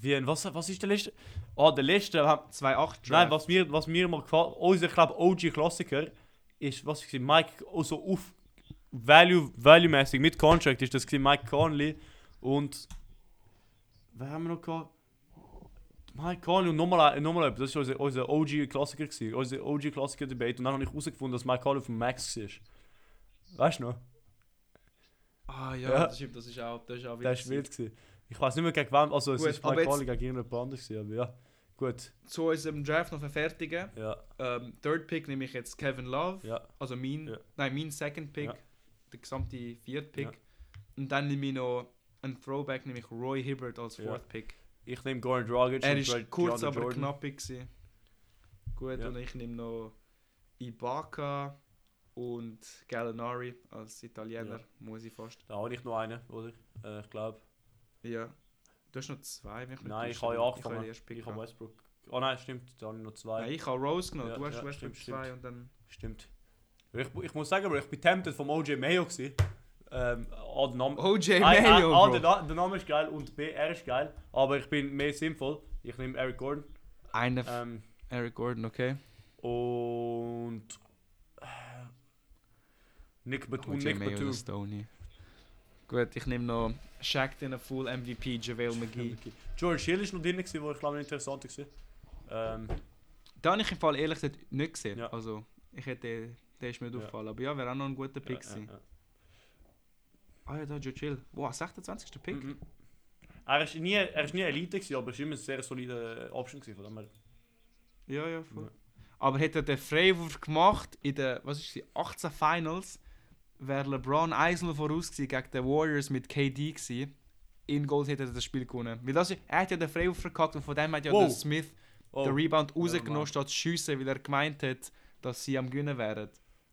S1: Wie ein, was, was ist der letzte? Ah, der letzte. haben-
S2: 2-8
S1: Nein,
S2: Draft.
S1: was mir, was mir mal gefällt, unser, glaube OG-Klassiker ist, was ich Mike, also auf value value-mäßig mit Contract ist das gewesen, Mike Conley und wer haben wir noch gehabt? Mike Conley und nochmal ein- nochmal etwas, das war unser, unser OG-Klassiker gewesen, unser OG-Klassiker-Debate und dann habe ich herausgefunden, dass Mike Conley auf dem Max war. Weißt du noch?
S2: Ah ja,
S1: Ja.
S2: Das, stimmt, das ist auch, das ist auch
S1: Das war
S2: wild.
S1: wild. Gewesen. Ich weiß nicht mehr gegen wen, also es
S2: Gut,
S1: ist
S2: aber
S1: Mike
S2: jetzt-
S1: Conley gegen irgendjemand anderes, gewesen, aber ja, gut,
S2: Zu unserem Draft noch verfertigen.
S1: ja,
S2: Ähm, Third Pick nehme ich jetzt Kevin Love.
S1: ja.
S2: Also mein,
S1: Ja.
S2: nein, mein Second Pick.
S1: Ja.
S2: Der gesamte Viert Pick.
S1: Ja.
S2: Und dann nehme ich noch einen Throwback, nämlich Roy Hibbert als
S1: Ja.
S2: Fourth Pick.
S1: Ich nehme Goran Dragic
S2: Er
S1: und
S2: ist
S1: Dre-
S2: kurz,
S1: DeAndre
S2: aber
S1: Jordan.
S2: knappig gewesen. Gut,
S1: Ja.
S2: und ich nehme noch Ibaka und Gallinari als Italiener,
S1: Ja.
S2: muss ich fast.
S1: Da habe ich noch einen, oder? Äh, ich glaube.
S2: Ja. Du hast noch zwei, wenn mich nicht
S1: Nein, ich
S2: täuscht,
S1: habe ja
S2: aber
S1: angefangen.
S2: Ich habe
S1: Ich
S2: ich
S1: habe Westbrook. Oh nein, stimmt, da habe ich noch zwei.
S2: Nein, ich habe Rose genommen,
S1: Ja,
S2: du hast
S1: ja, stimmt,
S2: Westbrook zwei
S1: stimmt.
S2: und dann...
S1: Stimmt. Ich, ich muss sagen, Bro, ich bin tempted vom OJ Mayo. Gewesen. Ähm, A, der Name.
S2: OJ
S1: Nein, A,
S2: Mayo,
S1: A,
S2: Bro!
S1: ah, der, Na- der Name ist geil und B, er ist geil. Aber ich bin mehr sinnvoll. Ich nehme Eric Gordon.
S2: Einer von
S1: Ähm,
S2: Eric Gordon, okay.
S1: und. äh, Nick, Bet und
S2: OJ
S1: Nick
S2: Mayo
S1: Batum.
S2: oder Stoney. Gut, ich nehme noch Shaq, den Full MVP, JaVale McGee.
S1: George Hill ist noch drin, gewesen, wo ich glaube interessant war. Ähm,
S2: Den habe ich im Fall ehrlich gesagt nicht gesehen.
S1: Ja.
S2: Also, ich hätte, der ist mir
S1: Ja.
S2: aufgefallen. Aber ja, wäre auch noch ein guter
S1: ja,
S2: Pick
S1: ja,
S2: gewesen.
S1: ja.
S2: Ah ja, da Joe Chill. Wow, 26. Pick.
S1: Mhm. Er ist nie, er ist nie Elite gewesen, aber er ist immer eine sehr solide eh, Option gewesen, von dem her.
S2: Ja, ja, voll. Aber hätte er den Freiwurf gemacht in den, was ist sie, 18 Finals, wäre LeBron 1-0 voraus gewesen gegen die Warriors mit KD gewesen. In Goals hätte er das Spiel gewonnen. Weil das, er hat ja den Freiwurf verkackt und von dem hat ja
S1: Wow.
S2: der Smith
S1: Oh,
S2: den Rebound
S1: Mann.
S2: rausgenommen, statt zu schiessen, weil er gemeint hat, dass sie am gewinnen wären.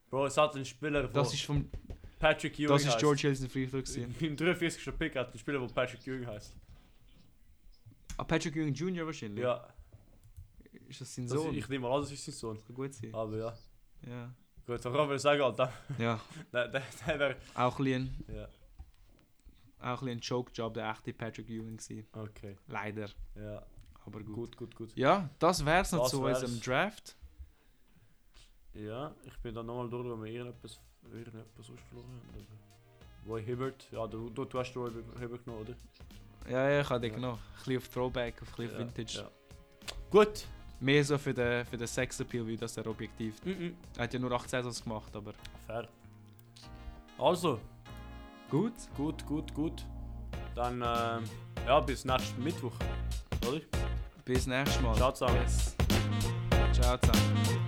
S1: Bro, es hat einen Spieler,
S2: Das
S1: wo
S2: ist vom,
S1: Patrick Ewing
S2: das ist
S1: heisst.
S2: George Hilson Free Throw gewesen.
S1: Im 43. Pick hat einen Spieler, der Patrick Ewing heißt.
S2: Ah, Patrick Ewing Jr. wahrscheinlich.
S1: Ja,
S2: Ist das sein
S1: das ist,
S2: Sohn?
S1: ich nehme mal an, das ist sein Sohn.
S2: Kann gut sein.
S1: Aber Ah, ja.
S2: Ja.
S1: Gut, dann kann man sagen, Alter.
S2: ja.
S1: Der, der, der wäre.
S2: Auch ein bisschen-
S1: Ja,
S2: auch ein bisschen ein Joke-Job, der echte Patrick Ewing gewesen.
S1: okay.
S2: Leider.
S1: Ja,
S2: Aber gut.
S1: gut, gut, gut.
S2: Ja, das wär's noch
S1: Das
S2: zu
S1: wär's.
S2: unserem Draft.
S1: Ja, ich bin dann nochmal durch, wenn wir irgendetwas, irgendetwas sonst verloren haben. aber- Roy Hibbert, ja, du, du, du hast Roy Hibbert genommen, oder?
S2: Ja, ja, ich habe den
S1: Ja.
S2: genommen. Ein bisschen auf Throwback, auf ein bisschen
S1: ja,
S2: auf Vintage.
S1: Ja. Gut.
S2: Mehr so für den, für den Sex-Appeal, wie das er objektiv.
S1: Mhm.
S2: Er hat ja nur 8 Saisons gemacht, aber.
S1: Fair. Also,
S2: Gut.
S1: gut, gut, gut. Dann, ähm, ja, bis nächsten Mittwoch. Oder?
S2: Bis nächstes Mal.
S1: Ciao zusammen.
S2: Yes. Ciao zusammen.